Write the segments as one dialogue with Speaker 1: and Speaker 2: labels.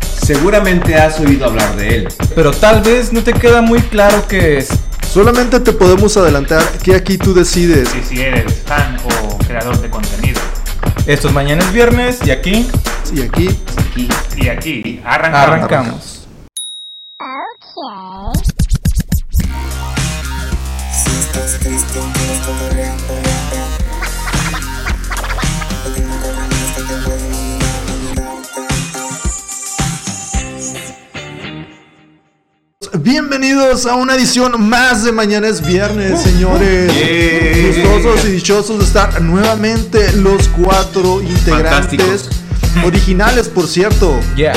Speaker 1: Seguramente has oído hablar de él.
Speaker 2: Pero tal vez no te queda muy claro qué es.
Speaker 3: Solamente te podemos adelantar que aquí tú decides.
Speaker 4: Si, si eres fan o creador de contenido.
Speaker 2: Esto es mañana es viernes y aquí
Speaker 3: Y aquí
Speaker 1: Aquí.
Speaker 4: Y aquí arrancamos.
Speaker 2: arrancamos.
Speaker 5: Okay.
Speaker 3: Bienvenidos a una edición más de Mañana es Viernes, señores.
Speaker 1: Yeah.
Speaker 3: Gustosos y dichosos de estar nuevamente los cuatro integrantes.
Speaker 1: Fantásticos.
Speaker 3: Originales, por cierto,
Speaker 2: Yeah.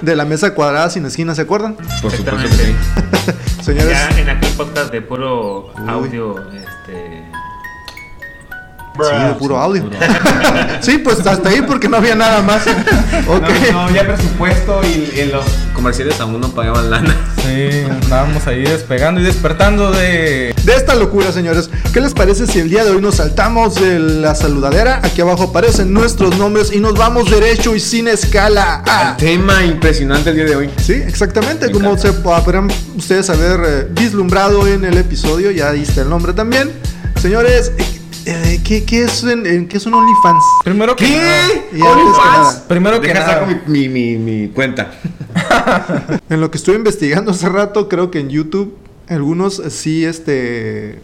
Speaker 3: de la mesa cuadrada sin esquina, ¿se acuerdan?
Speaker 1: Por supuesto que sí.
Speaker 4: Exactamente.
Speaker 3: Señores,
Speaker 4: Ya en aquel podcast de puro audio, este.
Speaker 3: sí, de puro audio. sí, pues hasta ahí porque no había nada más. Ok.
Speaker 2: No, ya presupuesto y, los.
Speaker 1: Comerciales aún no pagaban lana.
Speaker 2: Sí, andábamos ahí despegando y despertando de.
Speaker 3: De esta locura, señores. ¿Qué les parece si el día de hoy nos saltamos de la saludadera? Aquí abajo aparecen nuestros nombres y nos vamos derecho y sin escala a...
Speaker 1: Tema impresionante el día de hoy.
Speaker 3: Sí, exactamente,
Speaker 1: Me
Speaker 3: como se
Speaker 1: encanta.
Speaker 3: podrán ustedes haber eh, vislumbrado en el episodio, ya ahí está el nombre también. Señores, eh, eh, ¿qué, qué es, en- en- qué es un OnlyFans?
Speaker 2: Primero que.
Speaker 3: Y antes que nada,
Speaker 2: Primero que
Speaker 1: Deja
Speaker 2: nada.
Speaker 1: saco mi, mi, mi, mi cuenta.
Speaker 3: en lo que estuve investigando hace rato, creo que en YouTube algunos eh, sí este,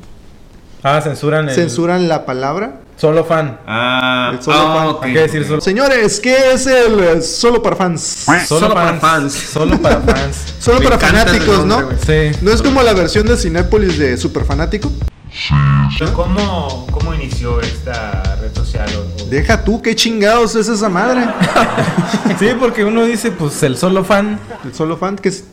Speaker 2: Ah, censuran el.
Speaker 3: censuran la palabra.
Speaker 2: Solo fan.
Speaker 1: Ah,
Speaker 3: El solo
Speaker 1: ah,
Speaker 3: fan.
Speaker 1: ok.
Speaker 2: Hay que decir solo.
Speaker 3: Señores, ¿qué es el eh, solo para fans?
Speaker 1: Solo para fans.
Speaker 2: Solo para fans.
Speaker 3: Solo
Speaker 1: Me
Speaker 3: para
Speaker 1: encanta ese
Speaker 3: fanáticos, ¿no?
Speaker 1: nombre,
Speaker 2: Sí.
Speaker 3: ¿No es como la versión de Cinépolis de Super Fanático?
Speaker 4: ¿Cómo, ¿Cómo inició esta red social? O- o-
Speaker 3: Deja tú, qué chingados es esa madre.
Speaker 2: Sí, porque uno dice, pues el solofan.com.
Speaker 3: El solo fan que es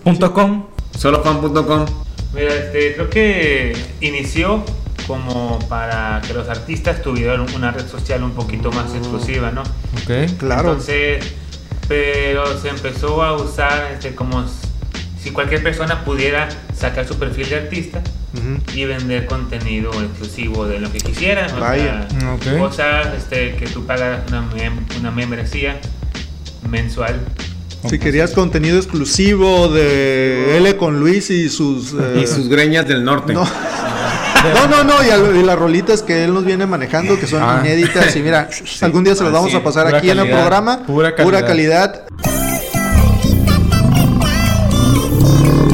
Speaker 1: Solofan.com.
Speaker 4: Mira, este, creo que inició como para que los artistas tuvieran una red social un poquito más exclusiva, ¿no?
Speaker 2: Ok.
Speaker 3: claro.
Speaker 4: Entonces, pero se empezó a usar este, como s- si cualquier persona pudiera sacar su perfil de artista
Speaker 3: Ujú.
Speaker 4: y vender contenido exclusivo de lo que quisieran. o
Speaker 3: Vaya.
Speaker 4: sea,
Speaker 2: Ok.
Speaker 4: Cosas este, que tú pagas una, mem- una membresía mensual.
Speaker 3: Si querías contenido exclusivo de L con Luis y sus... eh,
Speaker 1: Y sus greñas del norte.
Speaker 3: No. No, no, no, y, al- y las rolitas que él nos viene manejando que son
Speaker 2: Ah.
Speaker 3: inéditas. Y mira, algún día se las vamos
Speaker 1: Así,
Speaker 3: a pasar
Speaker 2: pura
Speaker 3: aquí en el
Speaker 2: calidad,
Speaker 3: programa.
Speaker 2: pura
Speaker 3: calidad.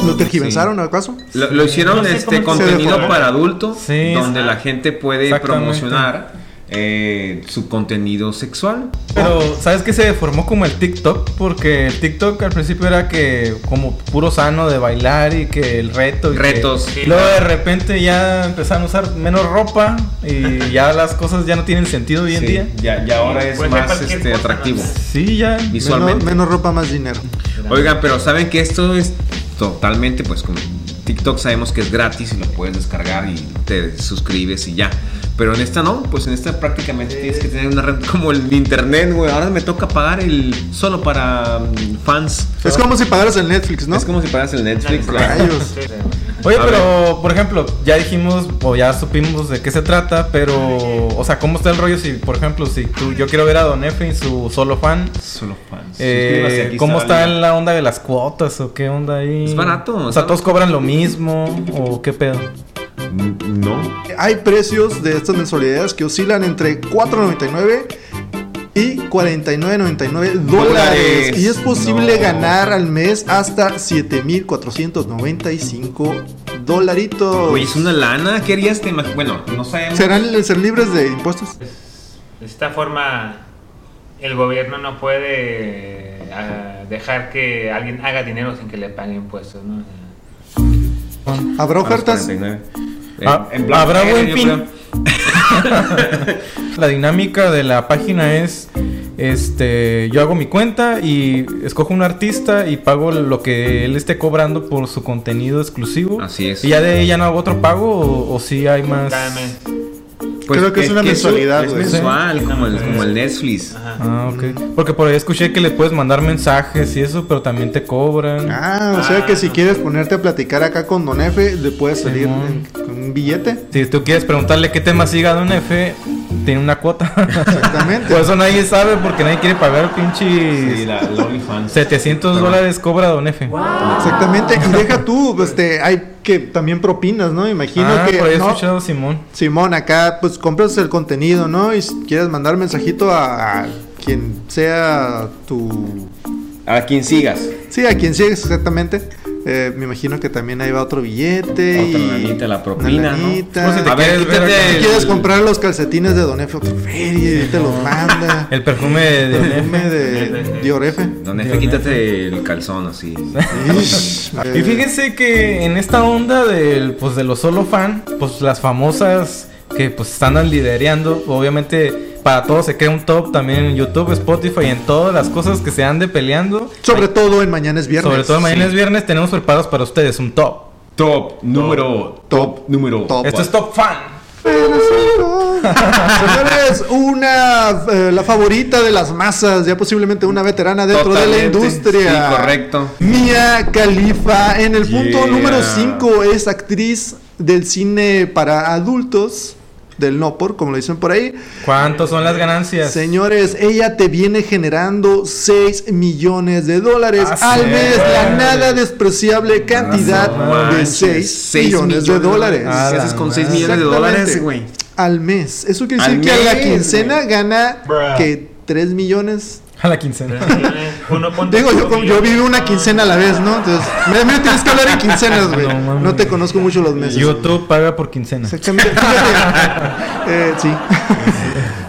Speaker 3: ¿Lo tergiversaron acaso?
Speaker 1: Lo, lo hicieron
Speaker 4: No sé
Speaker 1: este
Speaker 4: cómo se
Speaker 1: contenido
Speaker 4: dejó.
Speaker 1: para adultos
Speaker 2: Sí,
Speaker 1: donde
Speaker 4: sí.
Speaker 1: la gente puede
Speaker 2: Exactamente.
Speaker 1: promocionar eh, su contenido sexual.
Speaker 2: Pero, ¿sabes qué se deformó como el TikTok? Porque el TikTok al principio era que como puro sano de bailar y que el reto. Y que-
Speaker 1: Retos,
Speaker 4: sí.
Speaker 2: luego de repente ya empezaron a usar menos ropa y ya las cosas ya no tienen sentido hoy en
Speaker 1: Sí,
Speaker 2: día.
Speaker 1: Ya, ya ahora es
Speaker 4: Puede ser
Speaker 1: más
Speaker 4: cualquier
Speaker 1: este,
Speaker 4: cosa,
Speaker 1: atractivo.
Speaker 4: ¿no?
Speaker 2: Sí, ya.
Speaker 1: Visualmente.
Speaker 3: Menos, menos ropa, más dinero.
Speaker 1: Oigan, pero saben que esto es totalmente, pues como TikTok sabemos que es gratis y lo puedes descargar y te suscribes y ya. Pero en esta no, pues en esta prácticamente tienes que tener una red como el internet, güey. Ahora me toca pagar el solo para mm, fans.
Speaker 3: Es como si pagaras el Netflix, ¿no?
Speaker 1: Es como si pagas el Netflix. güey.
Speaker 3: Rayos.
Speaker 4: Sí.
Speaker 2: Oye,
Speaker 1: A
Speaker 2: pero, por ejemplo, ya dijimos o ya supimos de qué se trata, pero, o sea, ¿cómo está el rollo si, por ejemplo, si tú, yo quiero ver a Don Efe y su solo fan,
Speaker 1: Solo fans.
Speaker 2: Eh,
Speaker 1: Suscríbase, aquí
Speaker 2: ¿Cómo está
Speaker 1: la-
Speaker 2: la onda de las cuotas o qué onda ahí?
Speaker 1: Es barato,
Speaker 2: O
Speaker 1: está-
Speaker 2: sea, todos cobran lo mismo o qué pedo.
Speaker 1: Mm, No.
Speaker 3: Hay precios de estas mensualidades que oscilan entre 4.99 y 49.99 dólares.
Speaker 1: Dólares.
Speaker 3: Y es posible
Speaker 1: No.
Speaker 3: ganar al mes hasta 7.495 dolaritos.
Speaker 1: Oye, es una lana. ¿Qué harías? Te imag- bueno, no sabemos.
Speaker 3: ¿Serán ser libres de impuestos?
Speaker 4: De esta forma, el gobierno no puede ah, dejar que alguien haga dinero sin que le pague impuestos, ¿no?
Speaker 3: ¿Habrá ofertas?
Speaker 1: A los 49.
Speaker 2: Ah,
Speaker 1: En- en Black
Speaker 2: habrá
Speaker 1: Friday,
Speaker 2: buen
Speaker 1: yo
Speaker 2: fin.
Speaker 1: creo.
Speaker 2: La dinámica de la página es, este, yo hago mi cuenta y escojo un artista y pago lo que él esté cobrando por su contenido exclusivo.
Speaker 1: Así es.
Speaker 2: Y ya de ahí ya no hago otro pago o, o si hay más.
Speaker 4: Cada mes.
Speaker 3: Creo que es una
Speaker 1: Pues eso
Speaker 3: mensualidad,
Speaker 1: Es
Speaker 3: güey.
Speaker 1: mensual,
Speaker 4: Sí.
Speaker 1: como, el,
Speaker 4: Sí.
Speaker 1: como el Netflix.
Speaker 4: Ajá.
Speaker 2: Ah, ok. Porque por ahí escuché que le puedes mandar mensajes y eso, pero también te cobran.
Speaker 3: Ah, o sea que
Speaker 4: Ah.
Speaker 3: si quieres ponerte a platicar acá con Don Efe, te puedes salir
Speaker 2: Simón.
Speaker 3: en- con un billete.
Speaker 2: Si tú quieres preguntarle qué tema siga Don F, tiene una cuota.
Speaker 3: Exactamente.
Speaker 2: Por eso nadie sabe, porque nadie quiere pagar el pinche.
Speaker 1: Sí, la, la OnlyFans.
Speaker 2: 700 dólares cobra Don F.
Speaker 3: Exactamente. Y deja tú, este, hay que también propinas, ¿no? Imagino
Speaker 2: Ah,
Speaker 3: que.
Speaker 2: por ahí he
Speaker 3: ¿no?
Speaker 2: escuchado a Simón.
Speaker 3: Simón, acá pues compras el contenido, ¿no? Y si quieres mandar mensajito a, a quien sea tu...
Speaker 1: A quien sigas.
Speaker 3: Sí, a quien sigues exactamente. Eh, me imagino que también ahí va otro billete.
Speaker 1: Otra
Speaker 3: y
Speaker 1: lanita, la
Speaker 3: una
Speaker 1: propina, ¿no?
Speaker 3: lanita.
Speaker 1: Pues, si te
Speaker 3: A ver,
Speaker 1: quieres
Speaker 2: ver
Speaker 1: ver
Speaker 2: acá.
Speaker 1: el-
Speaker 3: si quieres comprar los calcetines de Don Efe, otra feria, y te los manda.
Speaker 2: El perfume de
Speaker 3: el
Speaker 2: Don F.
Speaker 3: perfume de Diorefe.
Speaker 1: Don F, quítate el calzón así.
Speaker 2: Y fíjense que en esta onda del, pues, de los solo fan, pues las famosas que pues están lidereando, obviamente para todos se crea un top también en YouTube, Spotify, en todas las cosas que se ande peleando.
Speaker 3: Sobre todo en Mañana es Viernes.
Speaker 2: Sobre todo mañana es
Speaker 1: sí.
Speaker 2: viernes tenemos preparados para ustedes un top.
Speaker 1: Top número.
Speaker 3: Top.
Speaker 1: Top número.
Speaker 3: Top.
Speaker 2: Esto es top fan.
Speaker 3: Pero sigo. Señores, una eh, la favorita de las masas, ya posiblemente una veterana dentro de la
Speaker 1: Totalmente,
Speaker 3: industria.
Speaker 1: sí, correcto.
Speaker 3: Mia Khalifa en el punto
Speaker 1: Yeah.
Speaker 3: número 5 es actriz del cine para adultos del no por, como lo dicen por ahí.
Speaker 2: ¿Cuántos son las ganancias?
Speaker 3: Señores, ella te viene generando 6 millones de dólares
Speaker 2: Ah,
Speaker 3: al
Speaker 2: sí,
Speaker 3: mes, la
Speaker 2: madre.
Speaker 3: nada despreciable cantidad
Speaker 1: No
Speaker 3: de
Speaker 1: manches,
Speaker 3: 6
Speaker 1: seis
Speaker 3: millones, de dólares.
Speaker 2: Ah,
Speaker 1: ¿Qué haces con 6
Speaker 2: madre.
Speaker 1: millones de dólares, güey?
Speaker 3: Al mes. Eso quiere decir
Speaker 1: Al
Speaker 3: que a la
Speaker 1: mes,
Speaker 3: quincena gana
Speaker 4: Bruh.
Speaker 3: que 3 millones.
Speaker 2: A la quincena.
Speaker 3: Digo, yo, como- yo vivo una quincena a la vez, ¿no? Entonces, me, me tienes que hablar en quincenas, güey.
Speaker 2: No
Speaker 3: No,
Speaker 2: mames.
Speaker 3: te conozco mucho los meses.
Speaker 2: YouTube paga por quincena.
Speaker 3: Exactamente. Fíjate, eh, sí.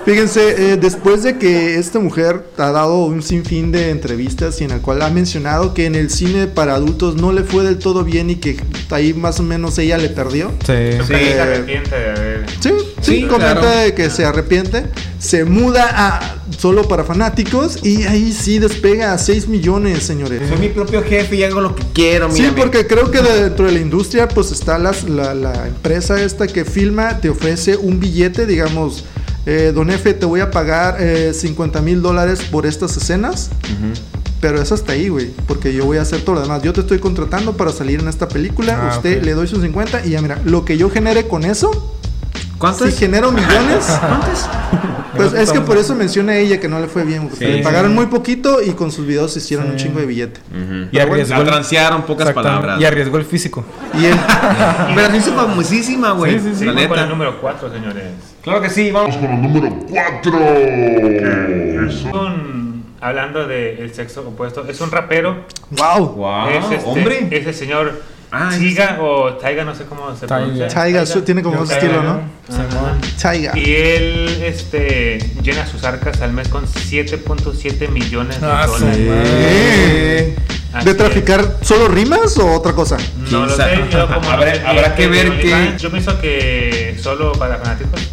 Speaker 3: Fíjense, eh, después de que esta mujer ha dado un sinfín de entrevistas y en el cual ha mencionado que en el cine para adultos no le fue del todo bien y que ahí más o menos ella le perdió.
Speaker 2: Sí.
Speaker 4: Sí,
Speaker 3: Eh,
Speaker 4: se arrepiente de haber.
Speaker 3: Sí, sí,
Speaker 1: Sí,
Speaker 3: comenta
Speaker 1: claro.
Speaker 3: de que se arrepiente. Se muda a solo para fanáticos y ahí sí despega a 6 millones, señores.
Speaker 1: Soy mi propio jefe y hago lo que quiero,
Speaker 3: Sí,
Speaker 1: mírame.
Speaker 3: porque creo que dentro de la industria pues está las- la, la empresa esta que filma, te ofrece un billete, digamos, eh, don F, te voy a pagar eh, 50 mil dólares por estas escenas, pero es hasta ahí, güey, porque yo voy a hacer todo lo demás. Yo te estoy contratando para salir en esta película,
Speaker 2: Ah,
Speaker 3: usted
Speaker 2: ok.
Speaker 3: le doy sus 50 y ya mira, lo que yo genere con eso,
Speaker 1: ¿Cuánto
Speaker 3: si
Speaker 1: es?
Speaker 3: genero millones... Pues es que por eso menciona ella que no le fue bien. porque
Speaker 1: Sí.
Speaker 3: le pagaron muy poquito y con sus videos se hicieron
Speaker 2: Sí.
Speaker 3: un chingo de billete.
Speaker 1: Ujú.
Speaker 2: Y arriesgó
Speaker 1: La
Speaker 2: el-
Speaker 1: transearon, pocas
Speaker 2: Exactamente.
Speaker 1: palabras.
Speaker 2: Y arriesgó el físico.
Speaker 3: Y él,
Speaker 1: Pero se hizo famosísima, güey.
Speaker 2: Sí, sí, sí.
Speaker 1: La
Speaker 4: Seguimos con el
Speaker 1: neta. este.
Speaker 4: número 4, señores.
Speaker 1: Claro que sí, vamos.
Speaker 5: con el número 4.
Speaker 4: Un- hablando del sexo opuesto, es un rapero.
Speaker 3: wow.
Speaker 1: Wow,
Speaker 4: es este,
Speaker 1: Ah, hombre.
Speaker 4: Es el señor
Speaker 1: Ah, es-
Speaker 4: Tiga o Taiga, no sé cómo se
Speaker 2: Taiga.
Speaker 4: pronuncia.
Speaker 3: Taiga, su- tiene como
Speaker 4: Yo
Speaker 3: ese
Speaker 4: creo,
Speaker 3: estilo, ¿no?
Speaker 4: Ajá.
Speaker 3: Taiga.
Speaker 4: Y él este, llena sus arcas al mes con 7.7 millones de
Speaker 2: Ah, su
Speaker 4: dólares.
Speaker 3: Eh.
Speaker 4: Así
Speaker 3: ¿De
Speaker 4: es.
Speaker 3: traficar solo rimas o otra cosa?
Speaker 4: No lo sé,
Speaker 1: Quizá.
Speaker 4: yo como
Speaker 1: Mm. Habrá-
Speaker 4: no sé,
Speaker 1: habrá que
Speaker 4: este,
Speaker 1: ver
Speaker 4: no,
Speaker 1: qué-
Speaker 4: ah, Yo pienso que solo para fanáticos.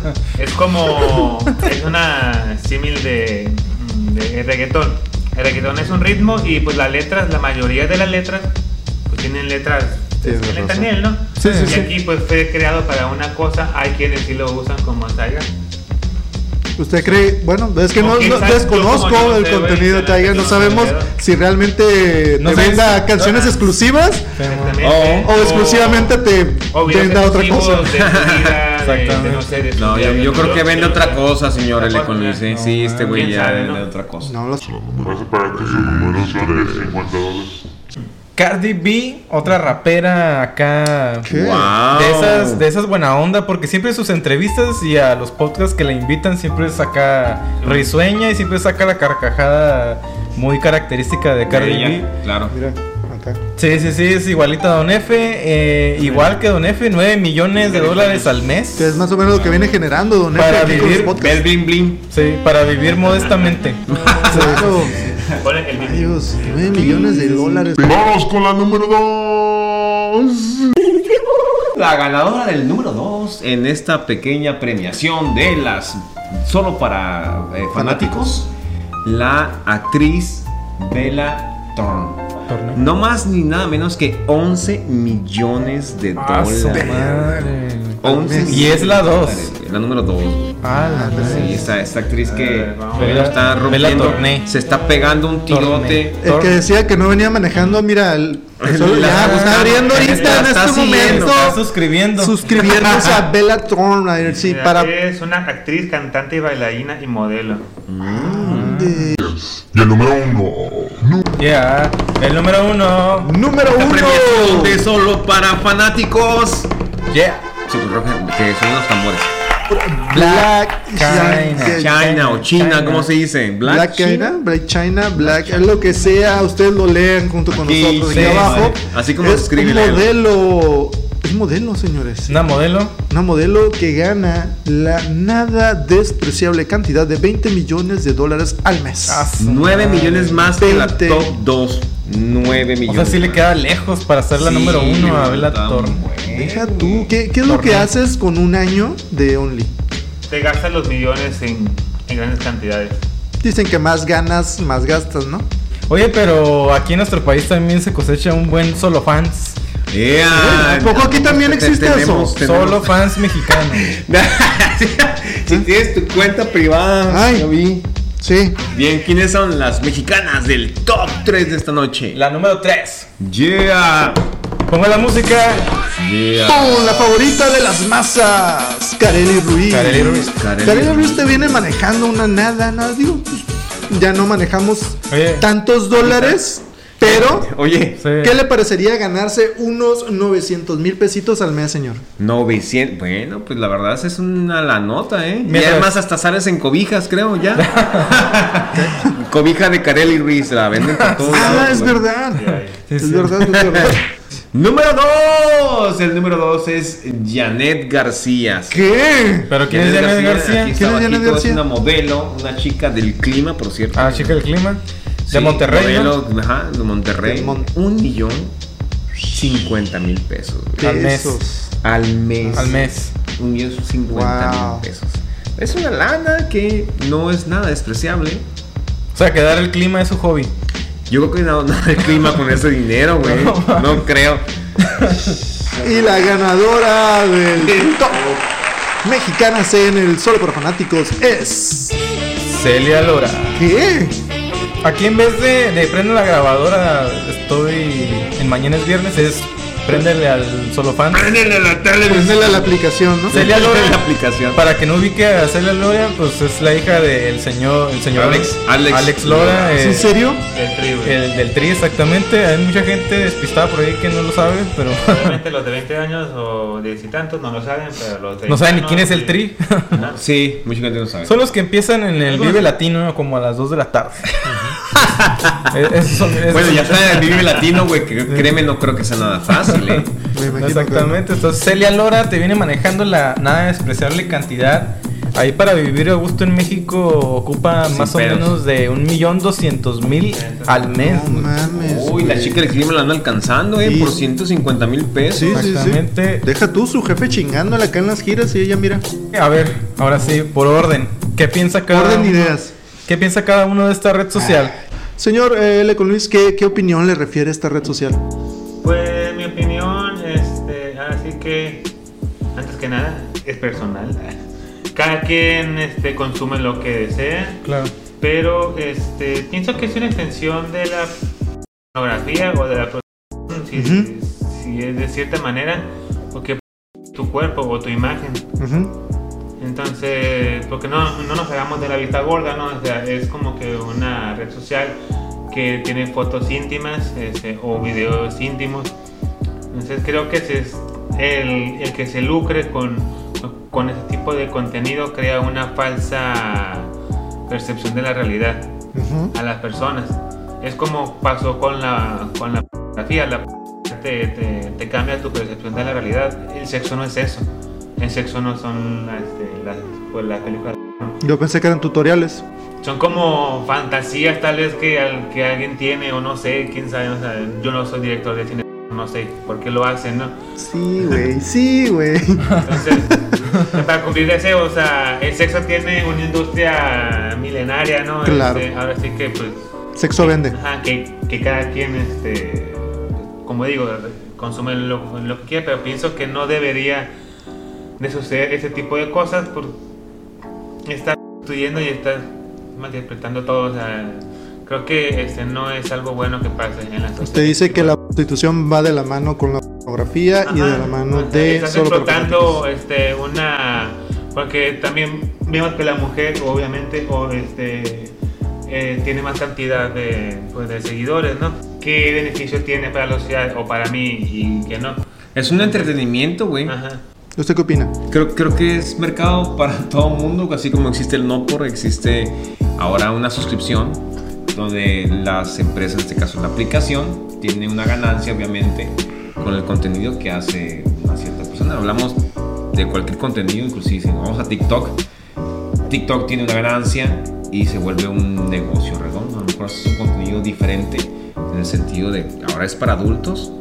Speaker 4: es como. Es una símil de, de reggaetón. El reggaetón es un ritmo y pues las letras, la mayoría de las letras, pues tienen letras.
Speaker 3: Tienes
Speaker 4: tienen letras
Speaker 3: razón.
Speaker 4: en él, ¿no?
Speaker 2: Sí, sí,
Speaker 4: y
Speaker 2: sí.
Speaker 4: aquí pues fue creado para una cosa, hay quienes sí lo usan como talla.
Speaker 3: ¿Usted cree? Bueno, es que no,
Speaker 4: Ok,
Speaker 3: no-
Speaker 4: exacto,
Speaker 3: desconozco
Speaker 4: como yo no
Speaker 3: el
Speaker 4: sé, güey,
Speaker 3: contenido de
Speaker 4: la
Speaker 3: Tiger,
Speaker 4: neta
Speaker 3: no
Speaker 4: no
Speaker 3: sabemos
Speaker 4: tengo idea.
Speaker 3: si realmente
Speaker 2: No
Speaker 3: te
Speaker 2: sabes
Speaker 3: venda
Speaker 2: si-
Speaker 3: canciones
Speaker 4: ah.
Speaker 3: exclusivas
Speaker 1: O-
Speaker 3: o exclusivamente te
Speaker 4: Este, o videos
Speaker 3: venda otra cosa.
Speaker 4: exclusivos de su vida, de- de no sé, de su
Speaker 1: No,
Speaker 4: vida,
Speaker 1: yo, yo
Speaker 4: de
Speaker 1: creo
Speaker 4: su-
Speaker 1: que vende otra cosa, señor
Speaker 4: Otra
Speaker 1: L. Con
Speaker 4: cosa,
Speaker 1: Luis. ¿eh?
Speaker 2: no,
Speaker 1: Sí, este güey
Speaker 4: quién
Speaker 1: ya
Speaker 4: sabe,
Speaker 1: vende
Speaker 4: ¿no?
Speaker 1: otra cosa.
Speaker 3: No lo sé.
Speaker 5: Vas a pagar con sus números de 50 dólares.
Speaker 2: Cardi B, otra rapera acá.
Speaker 3: ¿Qué?
Speaker 1: Wow.
Speaker 2: De esas, de esas buena onda, porque siempre sus entrevistas y a los podcasts que la invitan siempre saca risueña y siempre saca la carcajada muy característica de Cardi
Speaker 1: Ella,
Speaker 2: B.
Speaker 1: Claro.
Speaker 3: Mira, acá.
Speaker 2: Sí, sí, sí, es igualita a Don F, eh, igual que Don F, 9 millones de dólares al mes.
Speaker 3: Que es más o menos lo que viene generando Don Efe
Speaker 2: Para
Speaker 3: aquí con los
Speaker 2: vivir,
Speaker 3: podcasts.
Speaker 1: Bel bling bling.
Speaker 2: Sí, para vivir modestamente.
Speaker 3: Claro.
Speaker 4: Ponle el video.
Speaker 3: Dios, 9 millones de dólares.
Speaker 5: Vamos con la número 2.
Speaker 1: La ganadora del número 2 en esta pequeña premiación de las solo para eh, fanáticos, la actriz Bella Thorne.
Speaker 2: Torneo.
Speaker 1: No más ni nada menos que 11 millones de
Speaker 2: Ah, su
Speaker 1: dólares.
Speaker 2: madre.
Speaker 1: 11
Speaker 2: Y es la dos.
Speaker 1: La número 2.
Speaker 2: Ah, la
Speaker 1: Sí,
Speaker 2: madre.
Speaker 1: esta, esta actriz que
Speaker 4: Eh, vamos.
Speaker 1: pero está
Speaker 2: Ve la
Speaker 1: rompiendo.
Speaker 2: Torné.
Speaker 1: Se está pegando un tirote.
Speaker 2: Torné.
Speaker 3: El que decía que no venía manejando, mira, el, solo
Speaker 1: La-
Speaker 3: ya, está abriendo ahorita
Speaker 1: la
Speaker 3: en
Speaker 1: está
Speaker 3: este
Speaker 1: siguiendo,
Speaker 3: momento.
Speaker 2: Está suscribiendo.
Speaker 3: Suscribiéndose a Bella Thorne, sí,
Speaker 4: Mira,
Speaker 3: para.
Speaker 4: Es una actriz, cantante, bailarina y modelo.
Speaker 3: de-
Speaker 5: Y el número uno.
Speaker 2: Yeah. El número uno.
Speaker 3: Número
Speaker 1: La premiación
Speaker 3: uno.
Speaker 1: de solo para fanáticos.
Speaker 2: Yeah.
Speaker 1: Sí, Roger, Que son los tambores.
Speaker 3: Black
Speaker 2: China.
Speaker 3: China.
Speaker 1: China o China,
Speaker 2: China.
Speaker 1: ¿cómo se dice? Black,
Speaker 3: Black China, Black China, Black, es lo que sea, ustedes lo lean junto con
Speaker 1: Aquí,
Speaker 3: nosotros aquí
Speaker 1: sí,
Speaker 3: abajo.
Speaker 1: madre. Así como
Speaker 3: es
Speaker 1: se escribe,
Speaker 3: un
Speaker 1: léelo.
Speaker 3: modelo, es modelo, señores.
Speaker 2: Una modelo.
Speaker 3: Una modelo que gana la nada despreciable cantidad de 20 millones de dólares al mes.
Speaker 2: Ah, su
Speaker 1: 9
Speaker 2: madre.
Speaker 1: millones más que la
Speaker 3: 20.
Speaker 1: top 2. 9
Speaker 2: O
Speaker 1: millones.
Speaker 2: sea, sí le queda lejos para ser la
Speaker 1: Sí,
Speaker 2: número uno a Bella
Speaker 1: está
Speaker 2: Thorne.
Speaker 1: bueno.
Speaker 3: Deja tú, ¿qué, qué es lo que
Speaker 2: Torneo.
Speaker 3: haces con un año de Only?
Speaker 4: Te gastas los millones en, en grandes cantidades.
Speaker 3: Dicen que más ganas, más gastas, ¿no?
Speaker 2: Oye, pero aquí en nuestro país también se cosecha un buen solo fans.
Speaker 1: Yeah.
Speaker 3: ¿A poco aquí también
Speaker 1: Te-
Speaker 3: existe eso?
Speaker 1: tenemos-
Speaker 2: Solo fans mexicanos.
Speaker 1: si tienes tu cuenta privada.
Speaker 3: Ay.
Speaker 1: ya vi.
Speaker 3: Sí.
Speaker 1: Bien, ¿quiénes son las mexicanas del top 3 de esta noche?
Speaker 2: La número 3.
Speaker 1: Yeah.
Speaker 2: Pongo la música.
Speaker 1: Yeah.
Speaker 3: Con la favorita de las masas, Kareli Ruiz.
Speaker 2: Kareli Ruiz.
Speaker 1: Kareli
Speaker 3: Kareli
Speaker 1: Ruiz.
Speaker 3: Ruiz te viene manejando una nada, nada, digo, pues, ya no manejamos
Speaker 2: Oye.
Speaker 3: tantos dólares, pero
Speaker 1: Oye,
Speaker 2: Sí.
Speaker 3: ¿qué le parecería ganarse unos 900 mil pesitos al mes, señor?
Speaker 1: 900. Bueno, pues la verdad es una la nota, ¿eh? Y
Speaker 2: Mientras-
Speaker 1: además hasta sales en cobijas, creo, ya. Cobija de Kareli Ruiz, la venden por todos
Speaker 3: Ah,
Speaker 1: lados,
Speaker 3: es
Speaker 1: güey.
Speaker 3: verdad.
Speaker 2: Sí,
Speaker 3: Es
Speaker 2: sí.
Speaker 3: verdad, es verdad.
Speaker 1: Número 2. El número 2 es Janet García.
Speaker 3: ¿Qué?
Speaker 2: Pero ¿quién es Janet García?
Speaker 1: Aquí está
Speaker 3: ¿Quién es Janet
Speaker 1: abajito,
Speaker 3: García?
Speaker 1: Es una modelo, una chica del clima, por cierto.
Speaker 2: Ah, chica del clima.
Speaker 1: Sí,
Speaker 2: de Monterrey. ¿no?
Speaker 1: modelo, ajá, de Monterrey.
Speaker 3: De Mon-
Speaker 1: Un millón cincuenta mil pesos. güey.
Speaker 2: Al mes.
Speaker 3: Pesos.
Speaker 1: Al mes.
Speaker 2: Al mes.
Speaker 1: Un millón cincuenta
Speaker 3: Wow.
Speaker 1: mil pesos. Es una lana que no es nada despreciable.
Speaker 2: O sea, quedar el clima es su hobby.
Speaker 1: Yo creo que no, nada de clima con ese dinero, güey.
Speaker 2: No.
Speaker 1: No creo.
Speaker 3: Y la ganadora del top mexicanas en el solo para fanáticos es.
Speaker 2: Celia Lora.
Speaker 3: ¿Qué?
Speaker 2: Aquí en vez de, de prende la grabadora, estoy en mañana es viernes, es préndele al solo fan.
Speaker 1: Préndele la tele.
Speaker 3: Prendela la aplicación, ¿no?
Speaker 2: Celia Lora.
Speaker 1: la aplicación.
Speaker 2: Para que no ubique a Celia Lora, pues es la hija del señor, el señor
Speaker 1: Alex- Alex
Speaker 2: Lora,
Speaker 1: Lora.
Speaker 2: eh,
Speaker 3: ¿Es en serio?
Speaker 4: Del tribu.
Speaker 2: el del Tri, exactamente. Hay mucha gente despistada por ahí que no lo sabe, pero
Speaker 4: Obviamente los de 20 años o de y tantos no lo saben, pero los de Ah,
Speaker 2: no saben ni quién es el
Speaker 4: sí.
Speaker 2: Tri.
Speaker 4: Ajá.
Speaker 1: Sí, mucha gente no sabe.
Speaker 2: Son los que empiezan en el Vive Latino como a las 2 de la tarde. Es- es- son- es-
Speaker 1: Bueno, ya está el Vive Latino, güey, que créeme, no creo que sea nada fácil, ¿eh?
Speaker 3: Me imagino que-
Speaker 2: Exactamente, entonces Celia Lora te viene manejando la nada despreciable cantidad. Ahí para vivir a gusto en México ocupa
Speaker 1: Sin
Speaker 2: más
Speaker 1: pedos.
Speaker 2: o menos de un millón doscientos mil al mes.
Speaker 3: No mames.
Speaker 1: Uy, la
Speaker 3: güey.
Speaker 1: chica del clima la anda alcanzando, ¿eh?
Speaker 3: Sí.
Speaker 1: Por 150 mil pesos.
Speaker 3: Sí, sí, sí.
Speaker 2: Exactamente.
Speaker 3: Deja tú su jefe chingándola acá en las giras y ella mira.
Speaker 2: A ver, ahora sí, por orden. ¿Qué piensa cada
Speaker 3: Orden
Speaker 2: uno?
Speaker 3: ideas.
Speaker 2: ¿Qué piensa cada uno de esta red social?
Speaker 3: Señor eh, L. con Luis, ¿qué, ¿qué opinión le refiere a esta red social?
Speaker 4: Pues mi opinión, este, así que antes que nada es personal. Cada quien este, consume lo que desea,
Speaker 2: Claro.
Speaker 4: pero este, pienso que es una extensión de la pornografía o de la prostitución, si, si es de cierta manera, porque tu cuerpo o tu imagen.
Speaker 3: Ujú.
Speaker 4: Entonces, porque no, no nos hagamos de la vista gorda, ¿no? O sea, es como que una red social que tiene fotos íntimas este, o videos íntimos. Entonces creo que se es el, el que se lucre con, con ese tipo de contenido crea una falsa percepción de la realidad
Speaker 3: Ujú.
Speaker 4: a las personas. Es como pasó con la, con la pornografía. La pornografía te, te, te cambia tu percepción de la realidad. El sexo no es eso. El sexo no son las, este, las, pues, las películas.
Speaker 3: Yo pensé que eran tutoriales.
Speaker 4: Son como fantasías tal vez que, al- que alguien tiene o no sé, quién sabe. o sea, yo no soy director de cine, no sé por qué lo hacen, ¿no?
Speaker 3: Sí, güey, sí, güey.
Speaker 4: Entonces, para cumplir deseos, o sea, el sexo tiene una industria milenaria, ¿no?
Speaker 3: Claro.
Speaker 4: Este, ahora sí que pues
Speaker 3: Sexo vende.
Speaker 4: Ajá, que, que cada quien, este, como digo, consume lo, lo que quiera, pero pienso que no debería de suceder ese tipo de cosas por estar estudiando y estar malinterpretando todo. O sea, creo que este no es algo bueno que pase en la sociedad.
Speaker 3: Te dice que la prostitución va de la mano con la pornografía y de la mano
Speaker 4: Ajá,
Speaker 3: de
Speaker 4: estás
Speaker 3: solo
Speaker 4: explotando este una porque también vemos que la mujer obviamente o este eh, tiene más cantidad de, pues, de seguidores no qué beneficio tiene para la sociedad o para mí y que no
Speaker 1: Es un entretenimiento, güey.
Speaker 4: Ajá.
Speaker 3: ¿Usted qué opina?
Speaker 1: Creo, creo que es mercado para todo mundo, así como existe el no por, existe ahora una suscripción donde las empresas, en este caso la aplicación, tiene una ganancia obviamente con el contenido que hace una cierta persona. Hablamos de cualquier contenido, inclusive si vamos a TikTok, TikTok tiene una ganancia y se vuelve un negocio redondo. A lo mejor es un contenido diferente en el sentido de ahora es para adultos.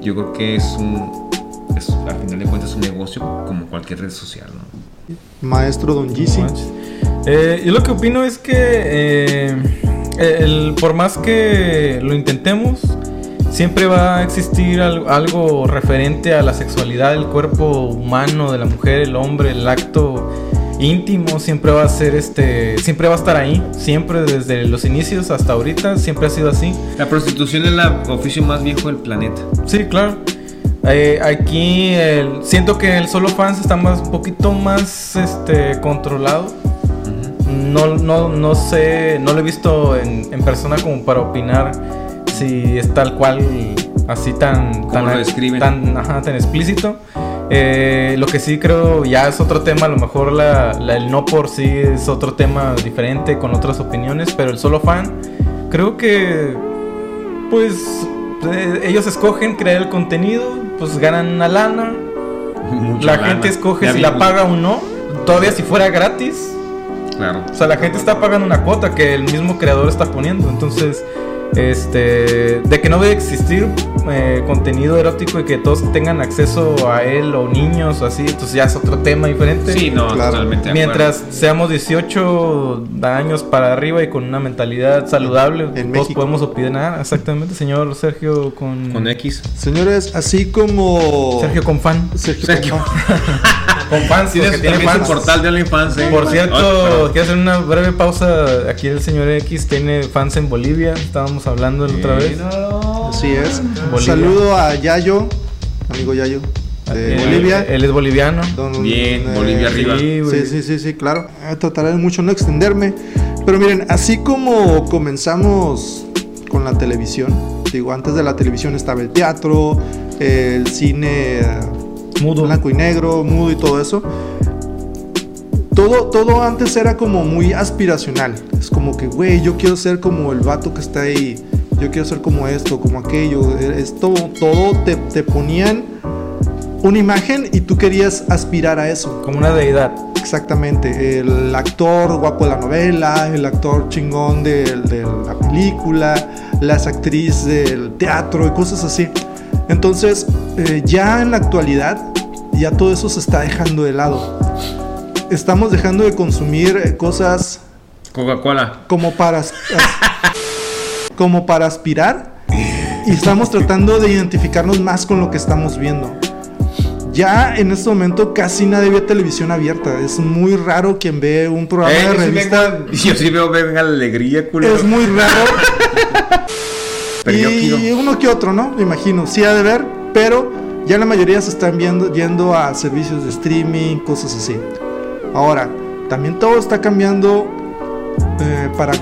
Speaker 1: Yo creo que es un, es, al final de cuentas, es un negocio como cualquier red social. ¿no?
Speaker 3: Maestro Don Yeezy.
Speaker 2: Eh, yo lo que opino es que eh, el- por más que lo intentemos, siempre va a existir al- algo referente a la sexualidad, el cuerpo humano de la mujer, el hombre, el acto íntimo, siempre va a ser este, siempre va a estar ahí, siempre desde los inicios hasta ahorita, siempre ha sido así.
Speaker 1: La prostitución es el oficio más viejo del planeta.
Speaker 2: Sí, claro. Eh, aquí el- siento que el solo fans está más, un poquito más este, controlado. No, no, no sé, no lo he visto en, en persona como para opinar si es tal cual, así tan,
Speaker 1: Como
Speaker 2: tan,
Speaker 1: lo describen.
Speaker 2: tan, ajá, tan explícito. Eh, lo que sí creo ya es otro tema, a lo mejor la, la- el no por sí es otro tema diferente con otras opiniones, pero el solo fan creo que pues eh, ellos escogen crear el contenido, pues ganan una lana, la gente escoge si la paga o no, todavía si fuera gratis.
Speaker 1: Claro.
Speaker 2: O sea, la gente está pagando una cuota que el mismo creador está poniendo. Entonces, este, de que no debe existir eh, contenido erótico y que todos tengan acceso a él o niños o así, entonces ya es otro tema diferente.
Speaker 1: Sí, no,
Speaker 3: Claro.
Speaker 1: totalmente. de
Speaker 2: Mientras seamos 18 años para arriba y con una mentalidad saludable,
Speaker 3: En
Speaker 2: todos
Speaker 3: México.
Speaker 2: podemos opinar. Exactamente, señor Sergio con,
Speaker 1: acuerdo. Con X.
Speaker 3: Señores, así como.
Speaker 2: Sergio con fan.
Speaker 3: Sergio.
Speaker 1: Sergio.
Speaker 3: Pompa.
Speaker 2: Con fans,
Speaker 1: Tiene
Speaker 2: porque tiene
Speaker 1: también su
Speaker 2: fans. Ah,
Speaker 1: portal de OnlyFans. ¿eh?
Speaker 2: Por
Speaker 1: Oye,
Speaker 2: cierto,
Speaker 1: perdón.
Speaker 2: quiero hacer una breve pausa. Aquí el señor X tiene fans en Bolivia. Estábamos hablando la otra vez.
Speaker 3: Así es. Un
Speaker 2: Bolivia.
Speaker 3: saludo a Yayo, amigo Yayo, de
Speaker 2: Eh,
Speaker 3: Bolivia.
Speaker 2: Él es boliviano.
Speaker 3: Don-
Speaker 1: Bien, Bolivia arriba.
Speaker 2: Sí, güey.
Speaker 3: Sí, sí, sí, sí, claro. Eh, Trataré de mucho no extenderme. Pero miren, así como comenzamos con la televisión, digo, antes de la televisión estaba el teatro, eh, el cine eh,
Speaker 2: Mudo.
Speaker 3: blanco y negro, mudo y todo eso. Todo, todo antes era como muy aspiracional. Es como que, güey, yo quiero ser como el vato que está ahí. Yo quiero ser como esto, como aquello. Esto, todo te, te ponían una imagen y tú querías aspirar a eso.
Speaker 2: Como una deidad.
Speaker 3: Exactamente, el actor guapo de la novela, el actor chingón de, de la película, las actrices del teatro y cosas así. Entonces, eh, ya en la actualidad, ya todo eso se está dejando de lado. Estamos dejando de consumir eh, cosas
Speaker 1: Coca-Cola.
Speaker 3: como para, as- as- como para aspirar y estamos tratando de identificarnos más con lo que estamos viendo. Ya en este momento casi nadie ve televisión abierta. Es muy raro quien ve un programa
Speaker 1: Eh,
Speaker 3: de
Speaker 1: yo, sí
Speaker 3: revista.
Speaker 1: vengo- yo sí veo venga la alegría, culero.
Speaker 3: Es muy raro.
Speaker 1: Pero yo quiero-
Speaker 3: y uno que otro, ¿no? Me imagino. Sí ha de ver, pero ya la mayoría se están viendo, yendo a servicios de streaming, cosas así. Ahora, también todo está cambiando eh, para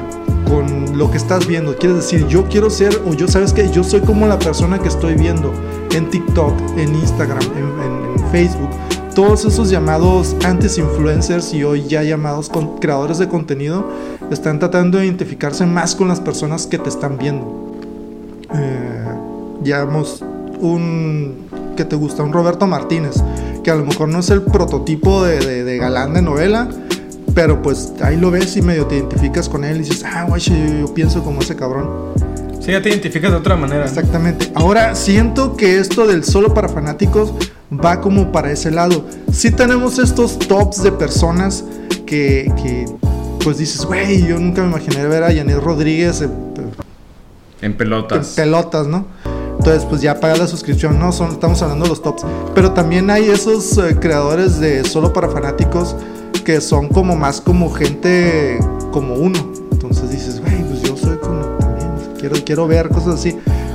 Speaker 3: con lo que estás viendo. Quieres decir, yo quiero ser, o yo sabes que yo soy como la persona que estoy viendo en TikTok, en Instagram, en, en- en Facebook. Todos esos llamados antes influencers y hoy ya llamados con- creadores de contenido están tratando de identificarse más con las personas que te están viendo eh, digamos, un que te gusta, un Roberto Martínez, que a lo mejor no es el prototipo de, de- de galán de novela, pero pues ahí lo ves y medio te identificas con él y dices, ah, guay, yo, yo pienso como ese cabrón.
Speaker 2: Sí, ya te identificas de otra manera.
Speaker 3: Exactamente. Ahora siento que esto del solo para fanáticos va como para ese lado. Si tenemos estos tops de personas que, que, pues dices, güey, yo nunca me imaginé ver a Yanis Rodríguez. eh,
Speaker 1: En
Speaker 3: en
Speaker 1: pelotas.
Speaker 3: pelotas, ¿no? Entonces, pues ya pagas la suscripción, no son, estamos hablando de los tops. Pero también hay esos eh, creadores de solo para fanáticos que son como más como gente como uno. Entonces dices, güey, pues yo soy como también, quiero, quiero ver cosas así.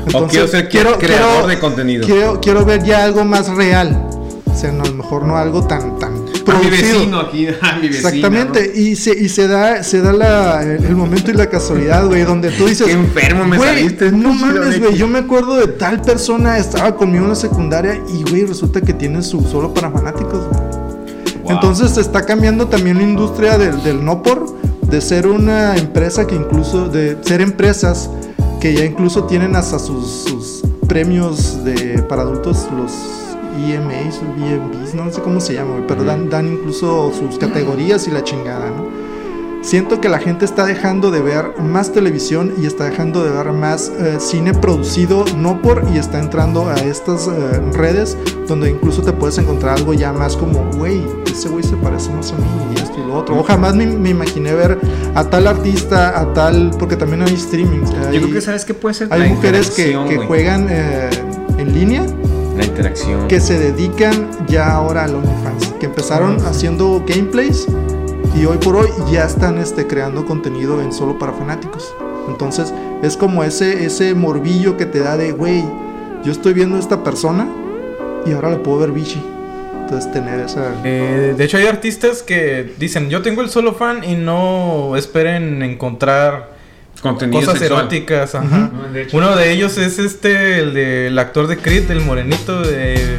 Speaker 3: Entonces,
Speaker 1: o quiero ser quiero, creador de contenido.
Speaker 3: Quiero, quiero ver ya algo más real. O sea, no, a lo mejor no algo tan, tan
Speaker 1: a mi
Speaker 3: producido.
Speaker 1: vecino aquí, a mi vecino.
Speaker 3: Exactamente, y se, y se da, se da la, el, el momento y la casualidad, güey, donde tú dices...
Speaker 1: Qué enfermo me
Speaker 3: "Güey,
Speaker 1: saliste,
Speaker 3: No
Speaker 1: estúpido,
Speaker 3: mames, güey,
Speaker 1: Nicky".
Speaker 3: yo me acuerdo de tal persona, estaba conmigo en la secundaria y, güey, resulta que tiene su solo para fanáticos, güey.
Speaker 1: Wow.
Speaker 3: Entonces se está cambiando también la industria del, del no por, de ser una empresa que incluso, de ser empresas que ya incluso tienen hasta sus, sus premios de, para adultos, los E EMAs, EMBs, no sé cómo se llama, güey, pero dan, dan incluso sus categorías y la chingada, ¿no? Siento que la gente está dejando de ver más televisión y está dejando de ver más eh, cine producido no por y está entrando a estas eh, redes donde incluso te puedes encontrar algo ya más como, güey, ese güey se parece más a mí y esto y lo otro. O jamás me, me imaginé ver a tal artista, a tal, porque también hay streamings.
Speaker 1: Yo
Speaker 3: hay-
Speaker 1: creo que sabes qué puede ser
Speaker 3: hay mujeres que,
Speaker 1: interacción,
Speaker 3: que
Speaker 1: güey.
Speaker 3: juegan eh, en línea
Speaker 1: La interacción.
Speaker 3: que se dedican ya ahora al OnlyFans, que empezaron haciendo gameplays y hoy por hoy ya están este, creando contenido en solo para fanáticos. Entonces es como ese, ese morbillo que te da de, güey, yo estoy viendo a esta persona y ahora la puedo ver bichi. Entonces tener esa...
Speaker 2: Eh, de hecho, hay artistas que dicen, yo tengo el solo fan y no esperen encontrar
Speaker 1: Contenido
Speaker 2: cosas
Speaker 1: sexual.
Speaker 2: eróticas. ajá.
Speaker 4: De hecho,
Speaker 2: Uno de ellos es este, el del actor de Creed, el morenito de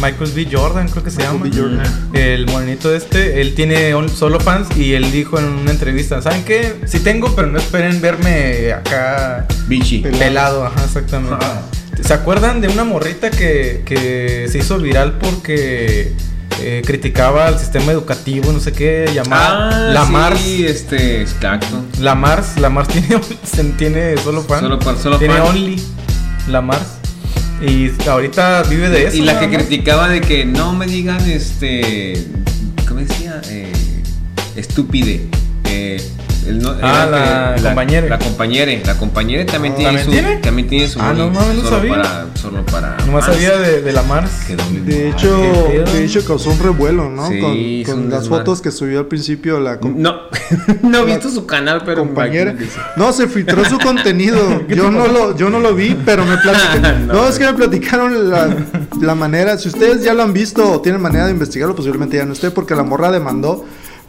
Speaker 2: Michael B. Jordan, creo que se llama.
Speaker 3: B. Jordan.
Speaker 2: El morenito este, él tiene un- solo fans y él dijo en una entrevista, ¿saben qué? Sí tengo, pero no esperen verme acá
Speaker 1: Bichi.
Speaker 3: Pelado.
Speaker 2: pelado, ajá, exactamente.
Speaker 1: Ah.
Speaker 2: ¿Se acuerdan de una morrita que, que se hizo viral porque eh, criticaba al sistema educativo, no sé qué, llamada La
Speaker 1: Ah, sí,
Speaker 2: Mars?
Speaker 1: este, exacto.
Speaker 2: La Mars, la Mars tiene, on- tiene solo fan.
Speaker 1: Solo fan, solo
Speaker 2: tiene
Speaker 1: fan.
Speaker 2: Only, la Mars. Y ahorita vive de eso.
Speaker 1: y la
Speaker 2: nada
Speaker 1: que
Speaker 2: más.
Speaker 1: criticaba de que no me digan este. ¿Cómo decía? Eh, estúpide. Eh, el no-
Speaker 2: Ah, la
Speaker 1: que-
Speaker 2: compañere.
Speaker 1: La compañere. La compañere también
Speaker 3: Ah.
Speaker 1: tiene
Speaker 2: ¿También
Speaker 1: su.
Speaker 2: tiene?
Speaker 1: También tiene su.
Speaker 2: Ah, no mames, no
Speaker 1: solo
Speaker 2: sabía.
Speaker 1: Para, solo para.
Speaker 2: Nomás
Speaker 1: fans.
Speaker 2: sabía de, de la Mars.
Speaker 1: Que doble-
Speaker 3: De hecho,
Speaker 2: qué pedo.
Speaker 3: de hecho causó un revuelo, ¿no?
Speaker 1: Sí,
Speaker 3: con
Speaker 1: es
Speaker 3: con
Speaker 1: un
Speaker 3: las
Speaker 1: desmadre.
Speaker 3: fotos que subió al principio la com-
Speaker 1: No, no he visto su canal, pero.
Speaker 3: compañera.
Speaker 1: imagínate.
Speaker 3: No, se filtró su contenido. Yo no lo, yo no lo vi, pero me platicaron. No, es que me platicaron la, la manera. Si ustedes ya lo han visto o tienen manera de investigarlo, posiblemente ya no esté, porque la morra demandó.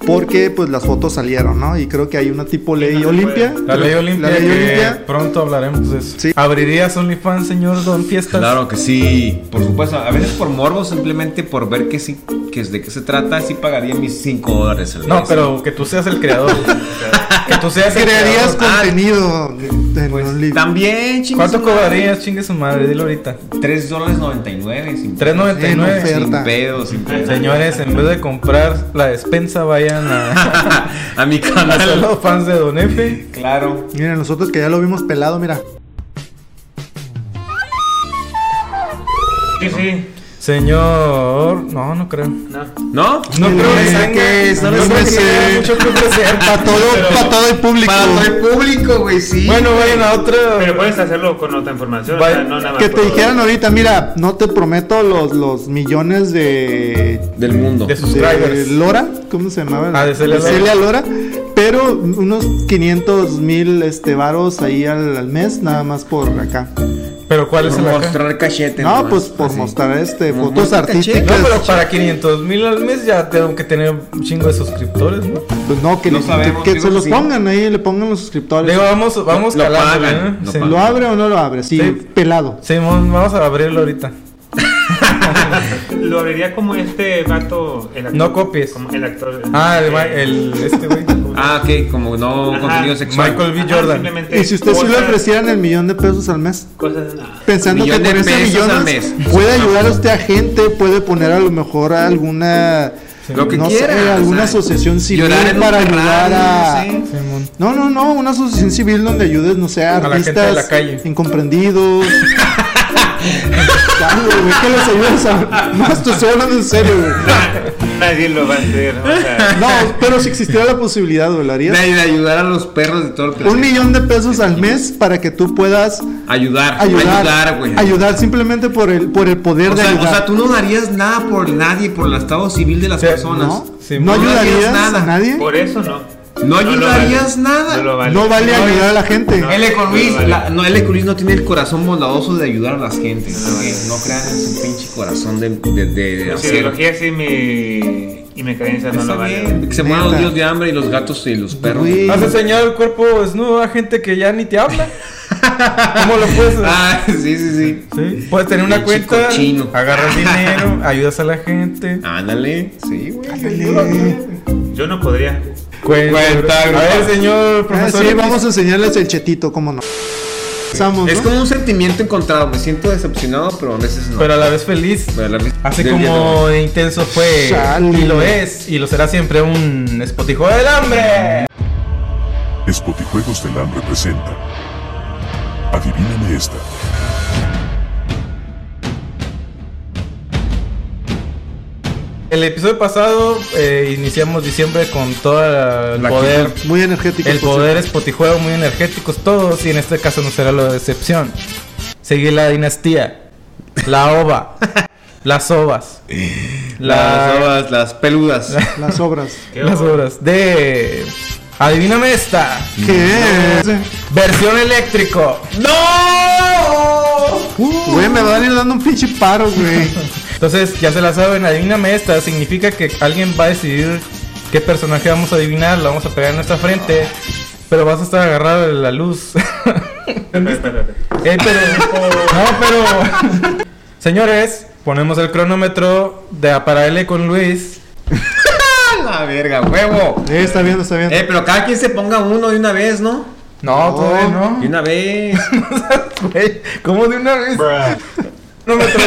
Speaker 3: Porque pues las fotos salieron, ¿no? Y creo que hay una tipo ley
Speaker 4: se
Speaker 3: Olimpia.
Speaker 2: La ley Olimpia.
Speaker 3: La ley
Speaker 2: que
Speaker 3: Olimpia.
Speaker 2: Pronto hablaremos de eso.
Speaker 3: Sí.
Speaker 2: ¿Abrirías OnlyFans, señor Don Fiestas?
Speaker 1: Claro que sí, por supuesto. A veces por morbo, simplemente por ver que sí, que de qué se trata, sí pagaría mis 5 dólares. al
Speaker 2: No,
Speaker 1: mes.
Speaker 2: pero que tú seas el creador. que tú seas el
Speaker 3: Crearías
Speaker 2: creador.
Speaker 3: contenido de- en Only-
Speaker 1: También, chingue
Speaker 2: ¿Cuánto
Speaker 1: su madre.
Speaker 2: cobrarías? Chingue su madre, dilo ahorita.
Speaker 1: 3 dólares 99. Sin
Speaker 3: En
Speaker 2: 3.99.
Speaker 1: Sin
Speaker 3: oferta.
Speaker 1: pedo, sin pedo.
Speaker 2: Señores, en vez de comprar la despensa, vayan a,
Speaker 1: a mi
Speaker 2: a
Speaker 1: canal.
Speaker 2: los fans de Don Efe.
Speaker 1: claro.
Speaker 3: Mira, nosotros que ya lo vimos pelado, mira.
Speaker 4: sí, sí.
Speaker 2: Señor. No, no creo.
Speaker 4: No.
Speaker 1: ¿No?
Speaker 2: No
Speaker 3: Sí,
Speaker 2: creo que
Speaker 3: es
Speaker 2: tenga-
Speaker 3: que
Speaker 2: no
Speaker 3: no
Speaker 2: creo
Speaker 3: sé.
Speaker 2: que tenga mucho que ofrecer.
Speaker 3: Para todo, pa' todo el público.
Speaker 1: Para todo el público, güey, sí.
Speaker 2: Bueno, vayan a otro.
Speaker 4: Pero puedes hacerlo con otra información.
Speaker 2: Vaya,
Speaker 4: o sea, no nada más
Speaker 3: Que te
Speaker 4: por-
Speaker 3: dijeran ahorita, mira, no te prometo los, los millones de
Speaker 1: del mundo.
Speaker 2: De sus-
Speaker 3: de
Speaker 2: Subscribers.
Speaker 3: Lora, ¿cómo se llamaba?
Speaker 2: Ah, de Celia Lora.
Speaker 3: Lora. Pero unos 500 mil este, varos ahí al, al mes, nada más por acá.
Speaker 2: Pero ¿cuál es
Speaker 1: Por
Speaker 2: el acá?
Speaker 1: mostrar cachete.
Speaker 3: No,
Speaker 1: nomás,
Speaker 3: pues por
Speaker 1: así.
Speaker 3: mostrar este,
Speaker 1: Como
Speaker 3: fotos
Speaker 1: muestra
Speaker 3: artísticas.
Speaker 2: No, pero para 500 mil al mes ya tengo que tener un chingo de suscriptores, ¿no?
Speaker 3: Pues no, que,
Speaker 1: No
Speaker 3: que-
Speaker 1: sabemos,
Speaker 3: que
Speaker 1: digo
Speaker 3: se
Speaker 1: que
Speaker 3: los
Speaker 1: sí.
Speaker 3: pongan ahí, le pongan los suscriptores.
Speaker 2: Digo, vamos, vamos
Speaker 1: Lo
Speaker 2: calando,
Speaker 1: pagan,
Speaker 2: ¿eh?
Speaker 1: lo
Speaker 2: Sí.
Speaker 1: pagan.
Speaker 3: ¿Lo abre o no lo abre? Sí,
Speaker 2: Sí.
Speaker 3: pelado.
Speaker 2: Sí, vamos vamos a abrirlo ahorita.
Speaker 4: Lo abriría como este vato. El actor,
Speaker 2: No copies.
Speaker 4: Como el actor.
Speaker 2: Ah, el,
Speaker 4: eh,
Speaker 2: va- el este güey.
Speaker 1: Ah, ok, como no
Speaker 4: Ajá.
Speaker 1: contenido sexual.
Speaker 2: Michael B.
Speaker 4: ajá,
Speaker 2: Jordan.
Speaker 4: simplemente
Speaker 3: Y si usted sí le
Speaker 4: cosas-
Speaker 3: ofrecieran el millón de pesos al mes.
Speaker 4: Cosas. ah, no.
Speaker 3: Pensando que
Speaker 1: Millón
Speaker 3: con
Speaker 1: de
Speaker 3: ese
Speaker 1: pesos
Speaker 3: millón
Speaker 1: al mes.
Speaker 3: puede ayudar a usted a gente, puede poner a lo mejor a alguna
Speaker 1: Lo que
Speaker 3: no
Speaker 1: quiera.
Speaker 3: sé,
Speaker 1: o
Speaker 3: alguna
Speaker 1: sea,
Speaker 3: asociación civil
Speaker 1: llorar en un
Speaker 3: para
Speaker 1: Ferrari,
Speaker 3: ayudar a
Speaker 1: no sé.
Speaker 2: Simón.
Speaker 3: No, no, no, una asociación civil donde ayudes, no sé, a
Speaker 2: la gente
Speaker 3: artistas
Speaker 2: de la calle.
Speaker 3: incomprendidos. buscando, güey. ¿Qué les ayudas a.? No, te estoy hablando en serio, güey.
Speaker 4: Nadie lo va a hacer. o sea,
Speaker 3: No, pero si existiera la posibilidad, güey, ¿lo
Speaker 1: De,
Speaker 3: harías?
Speaker 1: de ayudar a los perros de todo el planeta.
Speaker 3: Un millón de pesos al mes para que tú puedas
Speaker 1: Ayudar,
Speaker 3: ayudar.
Speaker 1: ayudar, güey.
Speaker 3: ayudar simplemente por el, por el poder
Speaker 1: O
Speaker 3: de
Speaker 1: sea, o
Speaker 3: ayudar.
Speaker 1: sea, tú no darías nada por nadie, por el estado civil de las
Speaker 2: Sí,
Speaker 1: personas.
Speaker 3: ¿No?
Speaker 2: Sí,
Speaker 3: ¿No
Speaker 1: no darías
Speaker 3: ayudarías
Speaker 1: nada.
Speaker 3: a nadie?
Speaker 4: por eso no.
Speaker 1: No
Speaker 4: lo
Speaker 1: ayudarías nada.
Speaker 4: No, lo vale.
Speaker 3: No vale
Speaker 1: No,
Speaker 3: ayudar
Speaker 1: es-
Speaker 3: a la gente.
Speaker 4: no.
Speaker 1: El Economist,
Speaker 4: Vale.
Speaker 1: la- no, el Economist no tiene el corazón bondadoso de ayudar a las gentes. No, eh, no crean en su pinche corazón de, de, de, de
Speaker 4: Mis
Speaker 1: acero.
Speaker 4: ideologías y mi, y mi creencia no
Speaker 1: Está
Speaker 4: lo valen.
Speaker 1: bien, que se mueran los
Speaker 3: Neta.
Speaker 1: dios de hambre y los gatos y los perros.
Speaker 3: Güey.
Speaker 2: Has enseñado Ah, el cuerpo desnudo a gente que ya ni te habla. ¿Cómo lo puedes hacer?
Speaker 1: Ah, sí, sí, sí.
Speaker 2: Sí, Puedes tener una
Speaker 1: Pinche
Speaker 2: cuenta,
Speaker 1: cochino.
Speaker 2: agarras dinero, ayudas a la gente.
Speaker 1: Ándale. Sí, güey.
Speaker 4: Yo no podría.
Speaker 2: Cuenta.
Speaker 1: Cuenta,
Speaker 2: a ver, señor
Speaker 3: Ah,
Speaker 2: profesor.
Speaker 3: sí, vamos a enseñarles el chetito, cómo no. Estamos,
Speaker 1: Es
Speaker 3: ¿no?
Speaker 1: como un sentimiento encontrado. Me siento decepcionado, pero a veces no.
Speaker 2: Pero a la vez feliz.
Speaker 1: Pero a la vez-
Speaker 2: Así
Speaker 1: del día de
Speaker 2: como
Speaker 1: hoy.
Speaker 2: de intenso fue
Speaker 3: Chale.
Speaker 2: y lo es y lo será siempre un espotijo del hambre.
Speaker 5: Spotijuegos del Hambre presenta. Adivíname esta.
Speaker 2: El episodio pasado eh, iniciamos diciembre con todo el
Speaker 1: La
Speaker 2: poder,
Speaker 3: Muy energético.
Speaker 2: el
Speaker 3: por
Speaker 2: poder espotijuego muy energéticos todos y en este caso no será la excepción. Seguir la dinastía, la ova, las ovas,
Speaker 1: las
Speaker 2: la-
Speaker 1: ovas, las peludas.
Speaker 3: cierto. Las obras.
Speaker 4: Qué
Speaker 2: las
Speaker 4: horror.
Speaker 2: obras de adivíname esta
Speaker 3: ¿Qué?
Speaker 2: versión eléctrico.
Speaker 1: ¡No!
Speaker 3: Güey, me van a ir dando un pinche paro, güey.
Speaker 2: Entonces, ya se la saben, adivíname esta. Significa que alguien va a decidir qué personaje vamos a adivinar, lo vamos a pegar en nuestra frente. Pero vas a estar agarrado de la luz.
Speaker 4: Espera, espera, espera.
Speaker 2: Eh, pero. no, pero. Señores, ponemos el cronómetro de Aparale con Luis.
Speaker 1: ¡A la verga, huevo!
Speaker 3: Eh, está bien, está bien.
Speaker 1: Eh, pero cada quien se ponga uno de una vez, ¿no?
Speaker 2: No,
Speaker 3: No.
Speaker 2: todavía no.
Speaker 1: De una vez.
Speaker 2: Güey, ¿Cómo de una vez?
Speaker 4: Bruh.
Speaker 2: Cronómetro.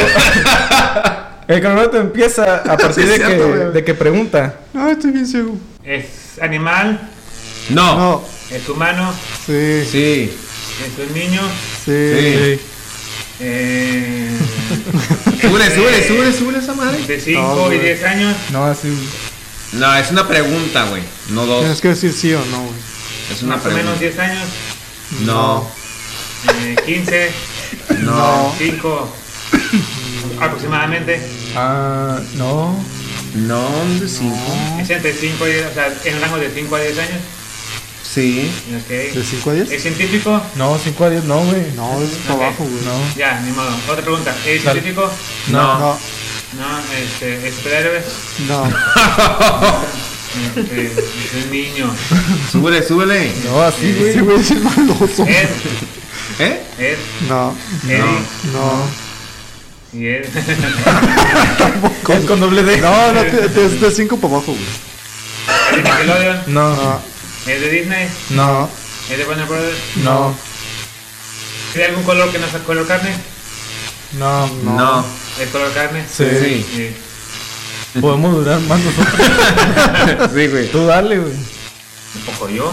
Speaker 2: el cronómetro empieza a partir
Speaker 3: Sí,
Speaker 2: de,
Speaker 3: es cierto,
Speaker 2: que,
Speaker 3: güey.
Speaker 2: de que pregunta.
Speaker 3: No, estoy bien ciego.
Speaker 4: Es animal,
Speaker 1: No.
Speaker 3: No.
Speaker 4: es humano,
Speaker 3: Sí, sí.
Speaker 1: Sí.
Speaker 4: es un niño.
Speaker 1: Sí.
Speaker 4: Eh,
Speaker 1: Sube, sube, sube, sube esa madre.
Speaker 4: de 5
Speaker 3: No,
Speaker 4: y
Speaker 3: güey.
Speaker 4: 10 años.
Speaker 2: No, así.
Speaker 1: No, es una pregunta, güey. No
Speaker 3: Tienes
Speaker 1: dos.
Speaker 3: que decir sí o no, güey.
Speaker 1: Es una
Speaker 4: más o menos
Speaker 1: pregunta.
Speaker 4: 10 años.
Speaker 1: No.
Speaker 4: eh, 15,
Speaker 1: No.
Speaker 4: 5 aproximadamente.
Speaker 2: Ah, no.
Speaker 1: No, de cinco.
Speaker 4: Es entre 5 y 10, o sea, en rango de 5 a 10 años.
Speaker 1: Sí.
Speaker 3: ¿De
Speaker 4: Ok.
Speaker 3: 5 a 10?
Speaker 4: ¿Es científico?
Speaker 2: No, 5 a 10, no, güey.
Speaker 3: No, es para abajo, güey.
Speaker 2: No.
Speaker 4: Ya, ni modo. Otra pregunta. ¿Es
Speaker 2: Dale.
Speaker 4: científico?
Speaker 1: No.
Speaker 3: No,
Speaker 4: No, este, es superhéroe.
Speaker 3: no.
Speaker 4: Este, es un niño.
Speaker 1: Súbele, súbele.
Speaker 2: No, así, güey.
Speaker 3: Sí, güey, es el maloso.
Speaker 4: Es,
Speaker 1: ¿Eh?
Speaker 4: es,
Speaker 3: No,
Speaker 4: Eddie.
Speaker 3: no.
Speaker 4: Y es.
Speaker 2: Es con doble D.
Speaker 3: No, no, te- te- es de 5 para abajo, güey.
Speaker 4: es de Nickelodeon.
Speaker 2: No,
Speaker 3: No,
Speaker 4: Es de Disney.
Speaker 2: no,
Speaker 4: Es de Warner Brothers.
Speaker 2: no,
Speaker 4: ¿Tiene algún color que no sea color carne?
Speaker 2: no,
Speaker 1: No.
Speaker 4: ¿Es color carne?
Speaker 1: Sí.
Speaker 4: Sí.
Speaker 2: Podemos durar más nosotros.
Speaker 1: Sí, güey.
Speaker 2: Tú dale, güey.
Speaker 4: Un poco yo.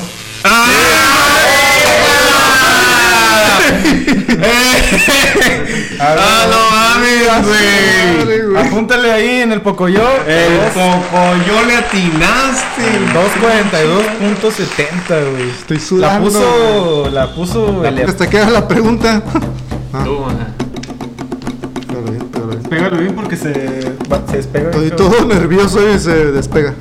Speaker 1: ¡Ah, no mames, güey!
Speaker 3: Dale, güey.
Speaker 2: Apúntale ahí en el Pocoyo.
Speaker 1: El Pocoyo le atinaste.
Speaker 2: 242.70, güey.
Speaker 3: Estoy
Speaker 2: La
Speaker 3: sudando.
Speaker 2: puso, la puso el-
Speaker 3: Hasta queda la pregunta.
Speaker 4: Tú, ajá.
Speaker 3: Pero bien, pero bien.
Speaker 2: Pégalo bien porque se, va- se despega.
Speaker 3: Estoy todo nervioso y se despega.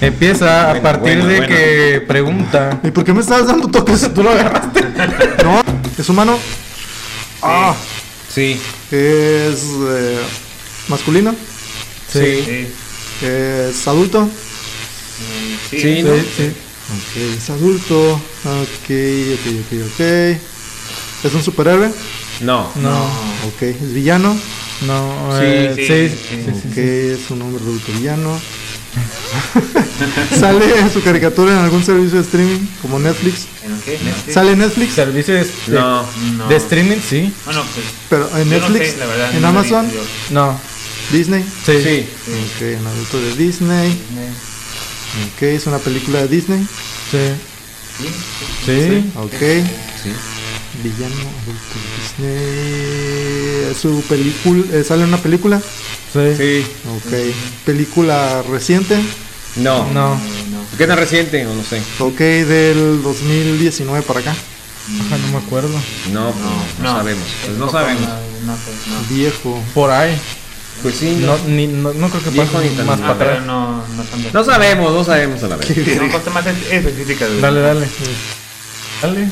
Speaker 2: Empieza a
Speaker 1: Bueno,
Speaker 2: partir
Speaker 1: bueno,
Speaker 2: de
Speaker 1: bueno.
Speaker 2: que pregunta.
Speaker 3: ¿Y por qué me estabas dando toques?
Speaker 2: ¿Tú lo agarraste?
Speaker 3: No, es humano. Ah,
Speaker 1: Sí.
Speaker 3: es eh, masculino.
Speaker 2: Sí.
Speaker 4: Sí. Eh,
Speaker 3: Es adulto.
Speaker 4: Sí.
Speaker 1: Sí,
Speaker 2: Sí,
Speaker 1: ¿no?
Speaker 2: sí.
Speaker 3: Ok, es adulto. Ok, ok, ok, ok. Es un superhéroe.
Speaker 1: No.
Speaker 2: No,
Speaker 3: Ok, es villano.
Speaker 2: no.
Speaker 1: Sí,
Speaker 2: eh,
Speaker 4: sí,
Speaker 2: sí,
Speaker 4: sí.
Speaker 2: sí, sí,
Speaker 3: Ok,
Speaker 2: sí.
Speaker 3: es un hombre adulto villano. Sale en su caricatura en algún servicio de streaming como Netflix.
Speaker 4: ¿En qué? Netflix.
Speaker 3: Sale en Netflix,
Speaker 2: Servicio de, de-
Speaker 1: No.
Speaker 4: No.
Speaker 2: de este- streaming, sí.
Speaker 4: Bueno, pues.
Speaker 3: pero en
Speaker 4: yo no
Speaker 3: Netflix,
Speaker 4: sé, la verdad,
Speaker 3: en
Speaker 4: no lo
Speaker 3: Amazon,
Speaker 4: vi, yo.
Speaker 2: No.
Speaker 3: Disney.
Speaker 2: Sí.
Speaker 1: Sí.
Speaker 3: Ok, en adulto de Disney. Ok, es una película de Disney.
Speaker 2: Sí.
Speaker 4: Sí.
Speaker 2: Sí.
Speaker 3: Ok.
Speaker 1: Sí.
Speaker 3: Villano adulto de Disney. Su película. eh, ¿Sale una película?
Speaker 2: Sí.
Speaker 1: Sí.
Speaker 3: Ok. ¿Película reciente?
Speaker 1: No.
Speaker 2: No.
Speaker 1: ¿Qué tan reciente? O no sé.
Speaker 3: Ok, del 2019 para acá.
Speaker 2: Ajá, no me acuerdo.
Speaker 1: No, no, sabemos. Pues no sabemos.
Speaker 4: No, pues no.
Speaker 3: Viejo.
Speaker 2: Por ahí.
Speaker 1: Pues sí, no.
Speaker 2: No, ni- no, no creo que
Speaker 1: Viejo
Speaker 2: pase
Speaker 1: ni tan
Speaker 2: más
Speaker 1: mal.
Speaker 2: para
Speaker 4: Ah, pero
Speaker 2: atrás.
Speaker 4: no, no son de-
Speaker 1: No sabemos, no sabemos a la vez.
Speaker 4: Son cosas más es- específicas, güey.
Speaker 2: Dale, dale. Dale.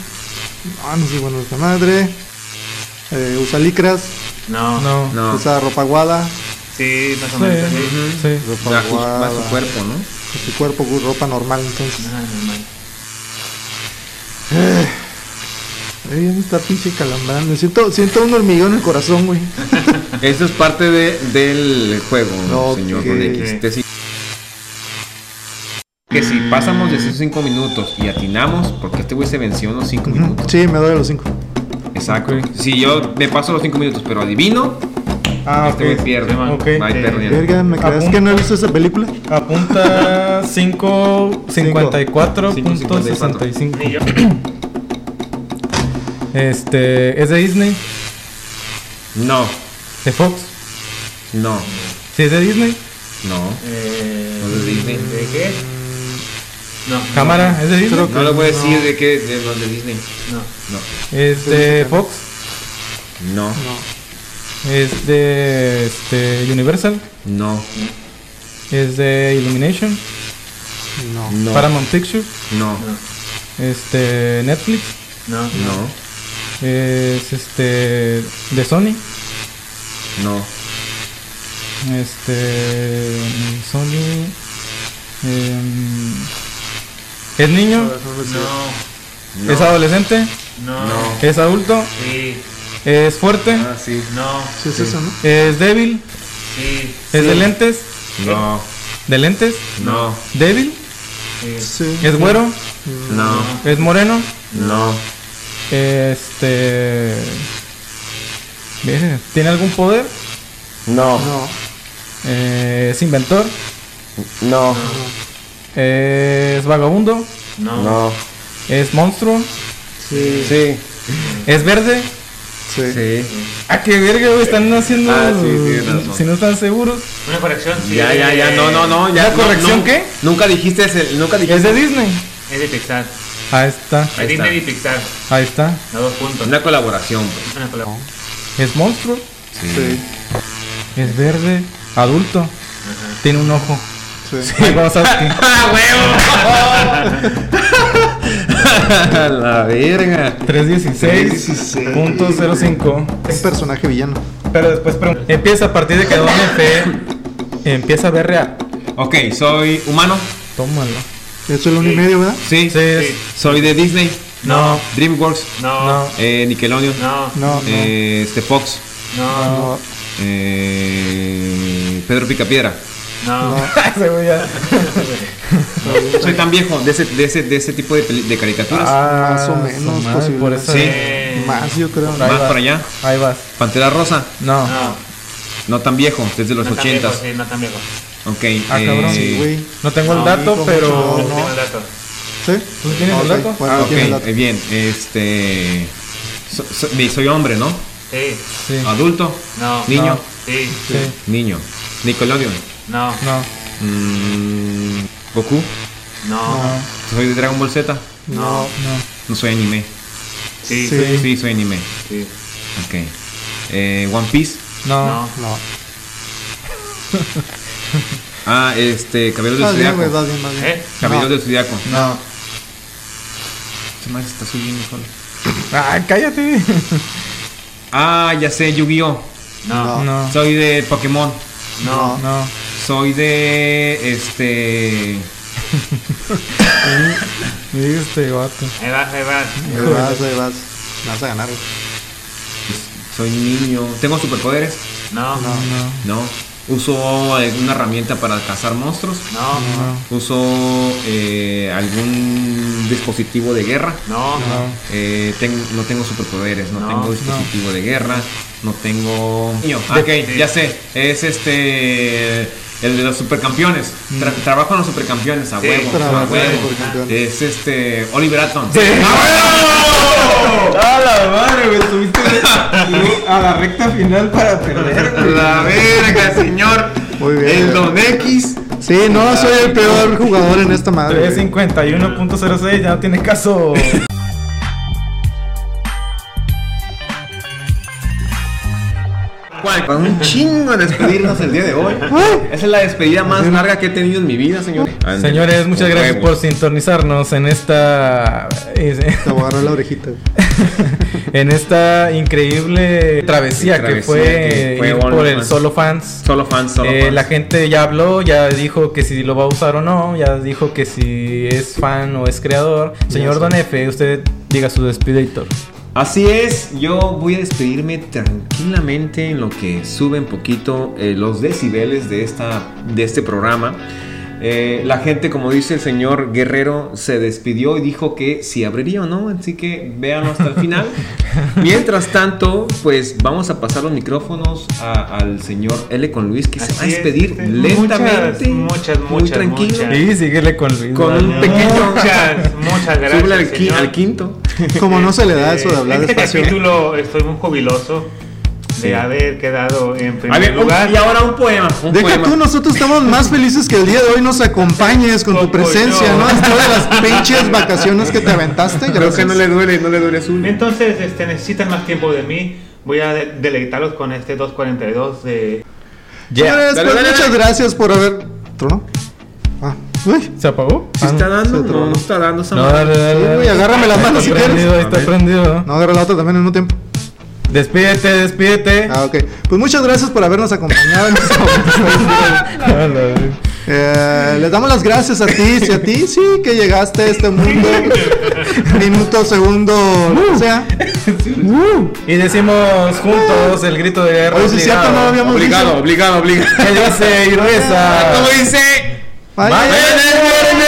Speaker 3: Ah, no sé, bueno, esta madre. Eh, usa licras.
Speaker 4: No.
Speaker 2: No.
Speaker 1: No.
Speaker 3: Usa ropa aguada.
Speaker 4: Sí, más o menos.
Speaker 2: Sí.
Speaker 4: sí.
Speaker 2: Sí.
Speaker 1: O
Speaker 3: Ropa
Speaker 1: sea, su-
Speaker 3: aguada.
Speaker 1: más su cuerpo, ¿no?
Speaker 3: Su cuerpo, con ropa normal, entonces.
Speaker 4: Ah, normal.
Speaker 3: Eh, ya me está pinche calambrando. Siento, siento un hormigueo en el corazón, güey.
Speaker 1: Eso es parte de, del juego,
Speaker 3: Ok.
Speaker 1: señor Ron X. Te si- Que si pasamos de esos 5 minutos y atinamos, porque este güey se venció en los 5
Speaker 3: Ujú.
Speaker 1: minutos.
Speaker 3: Sí, me doy a los cinco.
Speaker 1: Exacto. Si yo me paso los 5 minutos, pero adivino,
Speaker 2: Ah,
Speaker 1: este güey
Speaker 2: ok.
Speaker 1: pierde.
Speaker 4: Sí, man.
Speaker 2: Ok.
Speaker 1: No hay
Speaker 4: Sí.
Speaker 1: pérdida.
Speaker 3: Verga, ¿me crees
Speaker 2: Apunta.
Speaker 3: que no he visto esa película?
Speaker 2: Apunta 554.65.
Speaker 4: Ni yo.
Speaker 2: Este, ¿es de Disney?
Speaker 1: No,
Speaker 2: ¿De Fox?
Speaker 1: no,
Speaker 2: ¿Sí es de Disney?
Speaker 1: no.
Speaker 4: Eh,
Speaker 1: No de Disney.
Speaker 4: ¿De qué? No.
Speaker 2: ¿Cámara? ¿Es de Disney?
Speaker 3: Creo
Speaker 1: No le voy a
Speaker 3: No.
Speaker 1: decir de qué, de, no, de Disney.
Speaker 4: No.
Speaker 1: No,
Speaker 2: ¿Es de Fox?
Speaker 1: no,
Speaker 2: ¿Es de este, Universal?
Speaker 1: no,
Speaker 2: ¿Es de Illumination?
Speaker 3: No.
Speaker 1: no,
Speaker 2: ¿Paramount Pictures?
Speaker 1: no,
Speaker 2: Este, ¿Netflix?
Speaker 4: No.
Speaker 1: no,
Speaker 2: ¿Es este, de Sony?
Speaker 1: no,
Speaker 2: Este. Sony. em, ¿Es niño?
Speaker 4: No.
Speaker 1: no.
Speaker 2: ¿Es adolescente?
Speaker 4: No.
Speaker 1: No.
Speaker 2: ¿Es adulto?
Speaker 4: Sí.
Speaker 2: ¿Es fuerte?
Speaker 1: Ah, sí.
Speaker 4: No.
Speaker 3: Sí, es eso, ¿no?
Speaker 2: ¿Es débil?
Speaker 4: Sí.
Speaker 2: ¿Es de lentes?
Speaker 1: No,
Speaker 2: ¿De lentes?
Speaker 1: no,
Speaker 2: ¿Débil?
Speaker 4: Sí.
Speaker 3: Sí.
Speaker 2: ¿Es güero?
Speaker 1: no,
Speaker 2: ¿Es moreno?
Speaker 1: no,
Speaker 2: Este. verga, ¿Tiene algún poder?
Speaker 1: no,
Speaker 3: No.
Speaker 2: Eh, ¿Es inventor?
Speaker 1: no,
Speaker 2: Eh, ¿Es vagabundo?
Speaker 4: No.
Speaker 1: no.
Speaker 2: ¿Es monstruo?
Speaker 3: Sí.
Speaker 1: Sí,
Speaker 2: ¿Es verde?
Speaker 3: Sí.
Speaker 1: sí.
Speaker 2: Ah, qué verga, güey, están haciendo.
Speaker 1: Ah, sí, tienes razón.
Speaker 2: Si no están seguros.
Speaker 4: Una corrección, sí.
Speaker 1: Ya, ya, ya, no, no, no. Ya,
Speaker 2: ¿La corrección
Speaker 1: no,
Speaker 2: qué?
Speaker 1: Nunca dijiste ese, nunca dijiste.
Speaker 2: Es de Disney.
Speaker 4: Es de Pixar.
Speaker 2: Ahí está,
Speaker 1: Ahí está.
Speaker 4: Disney y Pixar.
Speaker 2: ahí está.
Speaker 4: Los dos puntos.
Speaker 1: Una colaboración, güey.
Speaker 4: Una palabra.
Speaker 2: Es monstruo,
Speaker 3: Sí.
Speaker 2: es verde, adulto. Tiene un ojo.
Speaker 3: Sí.
Speaker 2: Igual Sasuke.
Speaker 1: ¡Ah, huevo! la verga.
Speaker 2: 316.05.
Speaker 3: Es personaje villano.
Speaker 2: Pero después pregun- Empieza a partir de que Don Fe empieza a ver real.
Speaker 1: Ok, soy humano.
Speaker 2: Tómalo.
Speaker 3: Eso es uno y medio, ¿verdad?
Speaker 1: Sí,
Speaker 2: Sí, es-
Speaker 1: Soy de Disney,
Speaker 2: No,
Speaker 1: DreamWorks,
Speaker 4: No.
Speaker 1: eh, Nickelodeon,
Speaker 4: No.
Speaker 3: No, no.
Speaker 1: eh, este Fox,
Speaker 4: No.
Speaker 3: No,
Speaker 1: eh, Pedro Picapiedra.
Speaker 4: No.
Speaker 3: no.
Speaker 2: Ese güey ya.
Speaker 1: Soy tan viejo de ese, de ese, de ese tipo de, peli- de caricaturas.
Speaker 2: Ah,
Speaker 3: Más o menos,
Speaker 2: su madre,
Speaker 3: posiblemente.
Speaker 2: Por eso.
Speaker 1: Sí.
Speaker 4: Eh,
Speaker 3: Más, yo creo.
Speaker 2: ahí
Speaker 1: Más
Speaker 2: vas.
Speaker 1: para allá.
Speaker 2: Ahí vas.
Speaker 1: Pantera Rosa,
Speaker 2: No.
Speaker 4: No.
Speaker 1: no tan viejo, desde los
Speaker 4: No tan viejo,
Speaker 1: ochentas.
Speaker 4: sí, no tan viejo.
Speaker 1: Ok.
Speaker 2: Ah,
Speaker 1: eh,
Speaker 2: cabrón.
Speaker 3: Sí, güey.
Speaker 2: No tengo el
Speaker 4: No,
Speaker 2: dato,
Speaker 3: hijo,
Speaker 2: pero.
Speaker 3: mucho.
Speaker 4: Último dato.
Speaker 3: ¿Sí?
Speaker 2: ¿Tú tienes el
Speaker 3: Ok,
Speaker 2: dato?
Speaker 3: bueno,
Speaker 1: ah, ok,
Speaker 3: tiene el dato.
Speaker 1: eh, bien. Este. so- so- mi- soy hombre, ¿no?
Speaker 4: Sí.
Speaker 2: Sí.
Speaker 1: Adulto.
Speaker 4: No.
Speaker 1: Niño.
Speaker 2: No.
Speaker 4: Ah, Sí.
Speaker 2: Sí.
Speaker 1: Niño. Nickelodeon.
Speaker 4: No.
Speaker 2: No.
Speaker 1: Mm, Goku.
Speaker 4: No.
Speaker 2: No.
Speaker 1: Soy de Dragon Ball Z.
Speaker 4: No.
Speaker 2: No.
Speaker 1: No soy anime.
Speaker 4: Sí.
Speaker 3: Sí.
Speaker 1: Sí, soy anime.
Speaker 4: Sí.
Speaker 1: Ok. Eh, One Piece.
Speaker 2: No.
Speaker 4: No.
Speaker 3: No.
Speaker 1: Ah, este. Cabello del
Speaker 3: Vas bien, güey,
Speaker 1: Zodiaco.
Speaker 3: vas bien, vas bien.
Speaker 4: ¿Eh?
Speaker 1: Cabello
Speaker 3: No.
Speaker 1: del Zodiaco.
Speaker 2: No.
Speaker 1: Este man se está subiendo solo.
Speaker 2: Ah, cállate.
Speaker 1: Ah, ya sé, Yu-Gi-Oh.
Speaker 4: No.
Speaker 2: No.
Speaker 1: Soy de Pokémon.
Speaker 4: No.
Speaker 2: No.
Speaker 1: Soy de. Este.
Speaker 2: Digo este vato.
Speaker 4: Ahí vas, ahí vas.
Speaker 3: Ahí vas, ahí vas. Me vas a ganar, güey.
Speaker 1: pues, Soy niño. ¿Tengo superpoderes?
Speaker 4: No. No.
Speaker 2: No.
Speaker 1: No. Uso alguna herramienta para cazar monstruos.
Speaker 4: No.
Speaker 2: No.
Speaker 1: Uso eh, algún dispositivo de guerra.
Speaker 4: No.
Speaker 2: No.
Speaker 1: Eh, ten- no tengo superpoderes, no,
Speaker 4: No,
Speaker 1: tengo
Speaker 4: no.
Speaker 1: dispositivo de guerra, no tengo... Niño. Ah, Ok,
Speaker 4: Sí.
Speaker 1: ya sé, es este... El de los supercampeones. Tra- trabajo en los supercampeones, a
Speaker 4: Sí,
Speaker 1: huevo. a
Speaker 3: Trabajo,
Speaker 1: huevo.
Speaker 3: por campeón.
Speaker 4: ¡Ah!
Speaker 1: Es este... Oliver Atom.
Speaker 2: ¡A la
Speaker 6: a la recta final para perder. güey.
Speaker 1: La verga, señor.
Speaker 3: Muy bien.
Speaker 1: El Don X.
Speaker 3: Sí, no, soy el peor jugador en esta madre. güey.
Speaker 2: 351.06, ya no tiene caso.
Speaker 1: ¿Cuál? Para un chingo de despedirnos el día de hoy.
Speaker 3: Ah.
Speaker 1: Esa es la despedida más larga que he tenido en mi vida, señores.
Speaker 2: Señores, muchas gracias por sintonizarnos en esta
Speaker 3: Te voy a agarrar la orejita. güey.
Speaker 2: en esta increíble travesía,
Speaker 1: Travesía
Speaker 2: que fue,
Speaker 1: que fue
Speaker 2: ir
Speaker 1: Only
Speaker 2: por el
Speaker 1: Fans.
Speaker 2: solo fans.
Speaker 1: Solo fans, solo
Speaker 2: Eh,
Speaker 1: fans.
Speaker 2: la gente ya habló, ya dijo que si lo va a usar o no, ya dijo que si es fan o es creador. Señor Don F, usted diga su despeditor.
Speaker 1: Así es, yo voy a despedirme tranquilamente en lo que suben poquito eh, los decibeles de, esta, de este programa. Eh, la gente, como dice el señor Guerrero, se despidió y dijo que si abriría o no, así que véanlo hasta el final. Mientras tanto, pues vamos a pasar los micrófonos a- al señor L con Luis, que se va a
Speaker 4: Así es,
Speaker 1: despedir
Speaker 4: este,
Speaker 1: lentamente,
Speaker 4: muchas, muchas,
Speaker 1: muy tranquilo,
Speaker 4: muchas.
Speaker 2: Y síguele con Luis.
Speaker 1: con un pequeño...
Speaker 4: Muchas, muchas gracias.
Speaker 1: Súbele al, qui-
Speaker 4: señor.
Speaker 1: al quinto.
Speaker 3: Como no se le da
Speaker 1: Eh,
Speaker 3: eso de hablar
Speaker 4: este
Speaker 3: despacio.
Speaker 4: capítulo estoy muy jubiloso
Speaker 1: Sí.
Speaker 4: de haber quedado en primer
Speaker 1: A ver, un-
Speaker 4: lugar.
Speaker 1: y ahora un poema. un
Speaker 3: Deja
Speaker 1: poema.
Speaker 3: tú, nosotros estamos más felices que el día de hoy nos acompañes con tu
Speaker 4: Coño.
Speaker 3: presencia, ¿no? Después de las pinches vacaciones que te aventaste,
Speaker 1: Creo que
Speaker 3: gracias.
Speaker 1: no le duele, no le duele azul.
Speaker 4: Entonces, este, necesitan más tiempo de mí. Voy a de- deleitarlos con este 242 de...
Speaker 2: Ya.
Speaker 3: Señores,
Speaker 1: Dale,
Speaker 3: pues,
Speaker 1: dale,
Speaker 3: muchas
Speaker 1: dale.
Speaker 3: gracias por haber. ¿Trono? Ah, uy.
Speaker 2: ¿Se apagó?
Speaker 1: ¿Sí
Speaker 2: Ah,
Speaker 1: está
Speaker 3: se
Speaker 1: dando?
Speaker 3: tronó.
Speaker 1: No, no está dando esa
Speaker 2: No,
Speaker 1: madre.
Speaker 2: dale, dale,
Speaker 3: Sí,
Speaker 2: dale.
Speaker 3: güey, agárrame las manos si
Speaker 2: Está
Speaker 3: quieres.
Speaker 2: prendido, ahí está
Speaker 1: A ver.
Speaker 2: prendido.
Speaker 3: No, agarra la otra también en un tiempo.
Speaker 2: Despídete, despídete.
Speaker 3: Ah, ok. Pues muchas gracias por habernos acompañado en este momento.
Speaker 2: Ah, la-
Speaker 3: Eh, les damos las gracias a ti, si a ti sí que llegaste a este mundo. Minuto, segundo, lo que sea.
Speaker 2: Y decimos juntos el grito de guerra.
Speaker 3: Oye, si es cierto, no lo habíamos
Speaker 1: Obligado, Ah.
Speaker 3: dicho.
Speaker 1: obligado, obligado.
Speaker 2: Que yo sé, y reza.
Speaker 1: ¿Cómo dice?
Speaker 3: Vaya.
Speaker 1: ¡Vayan,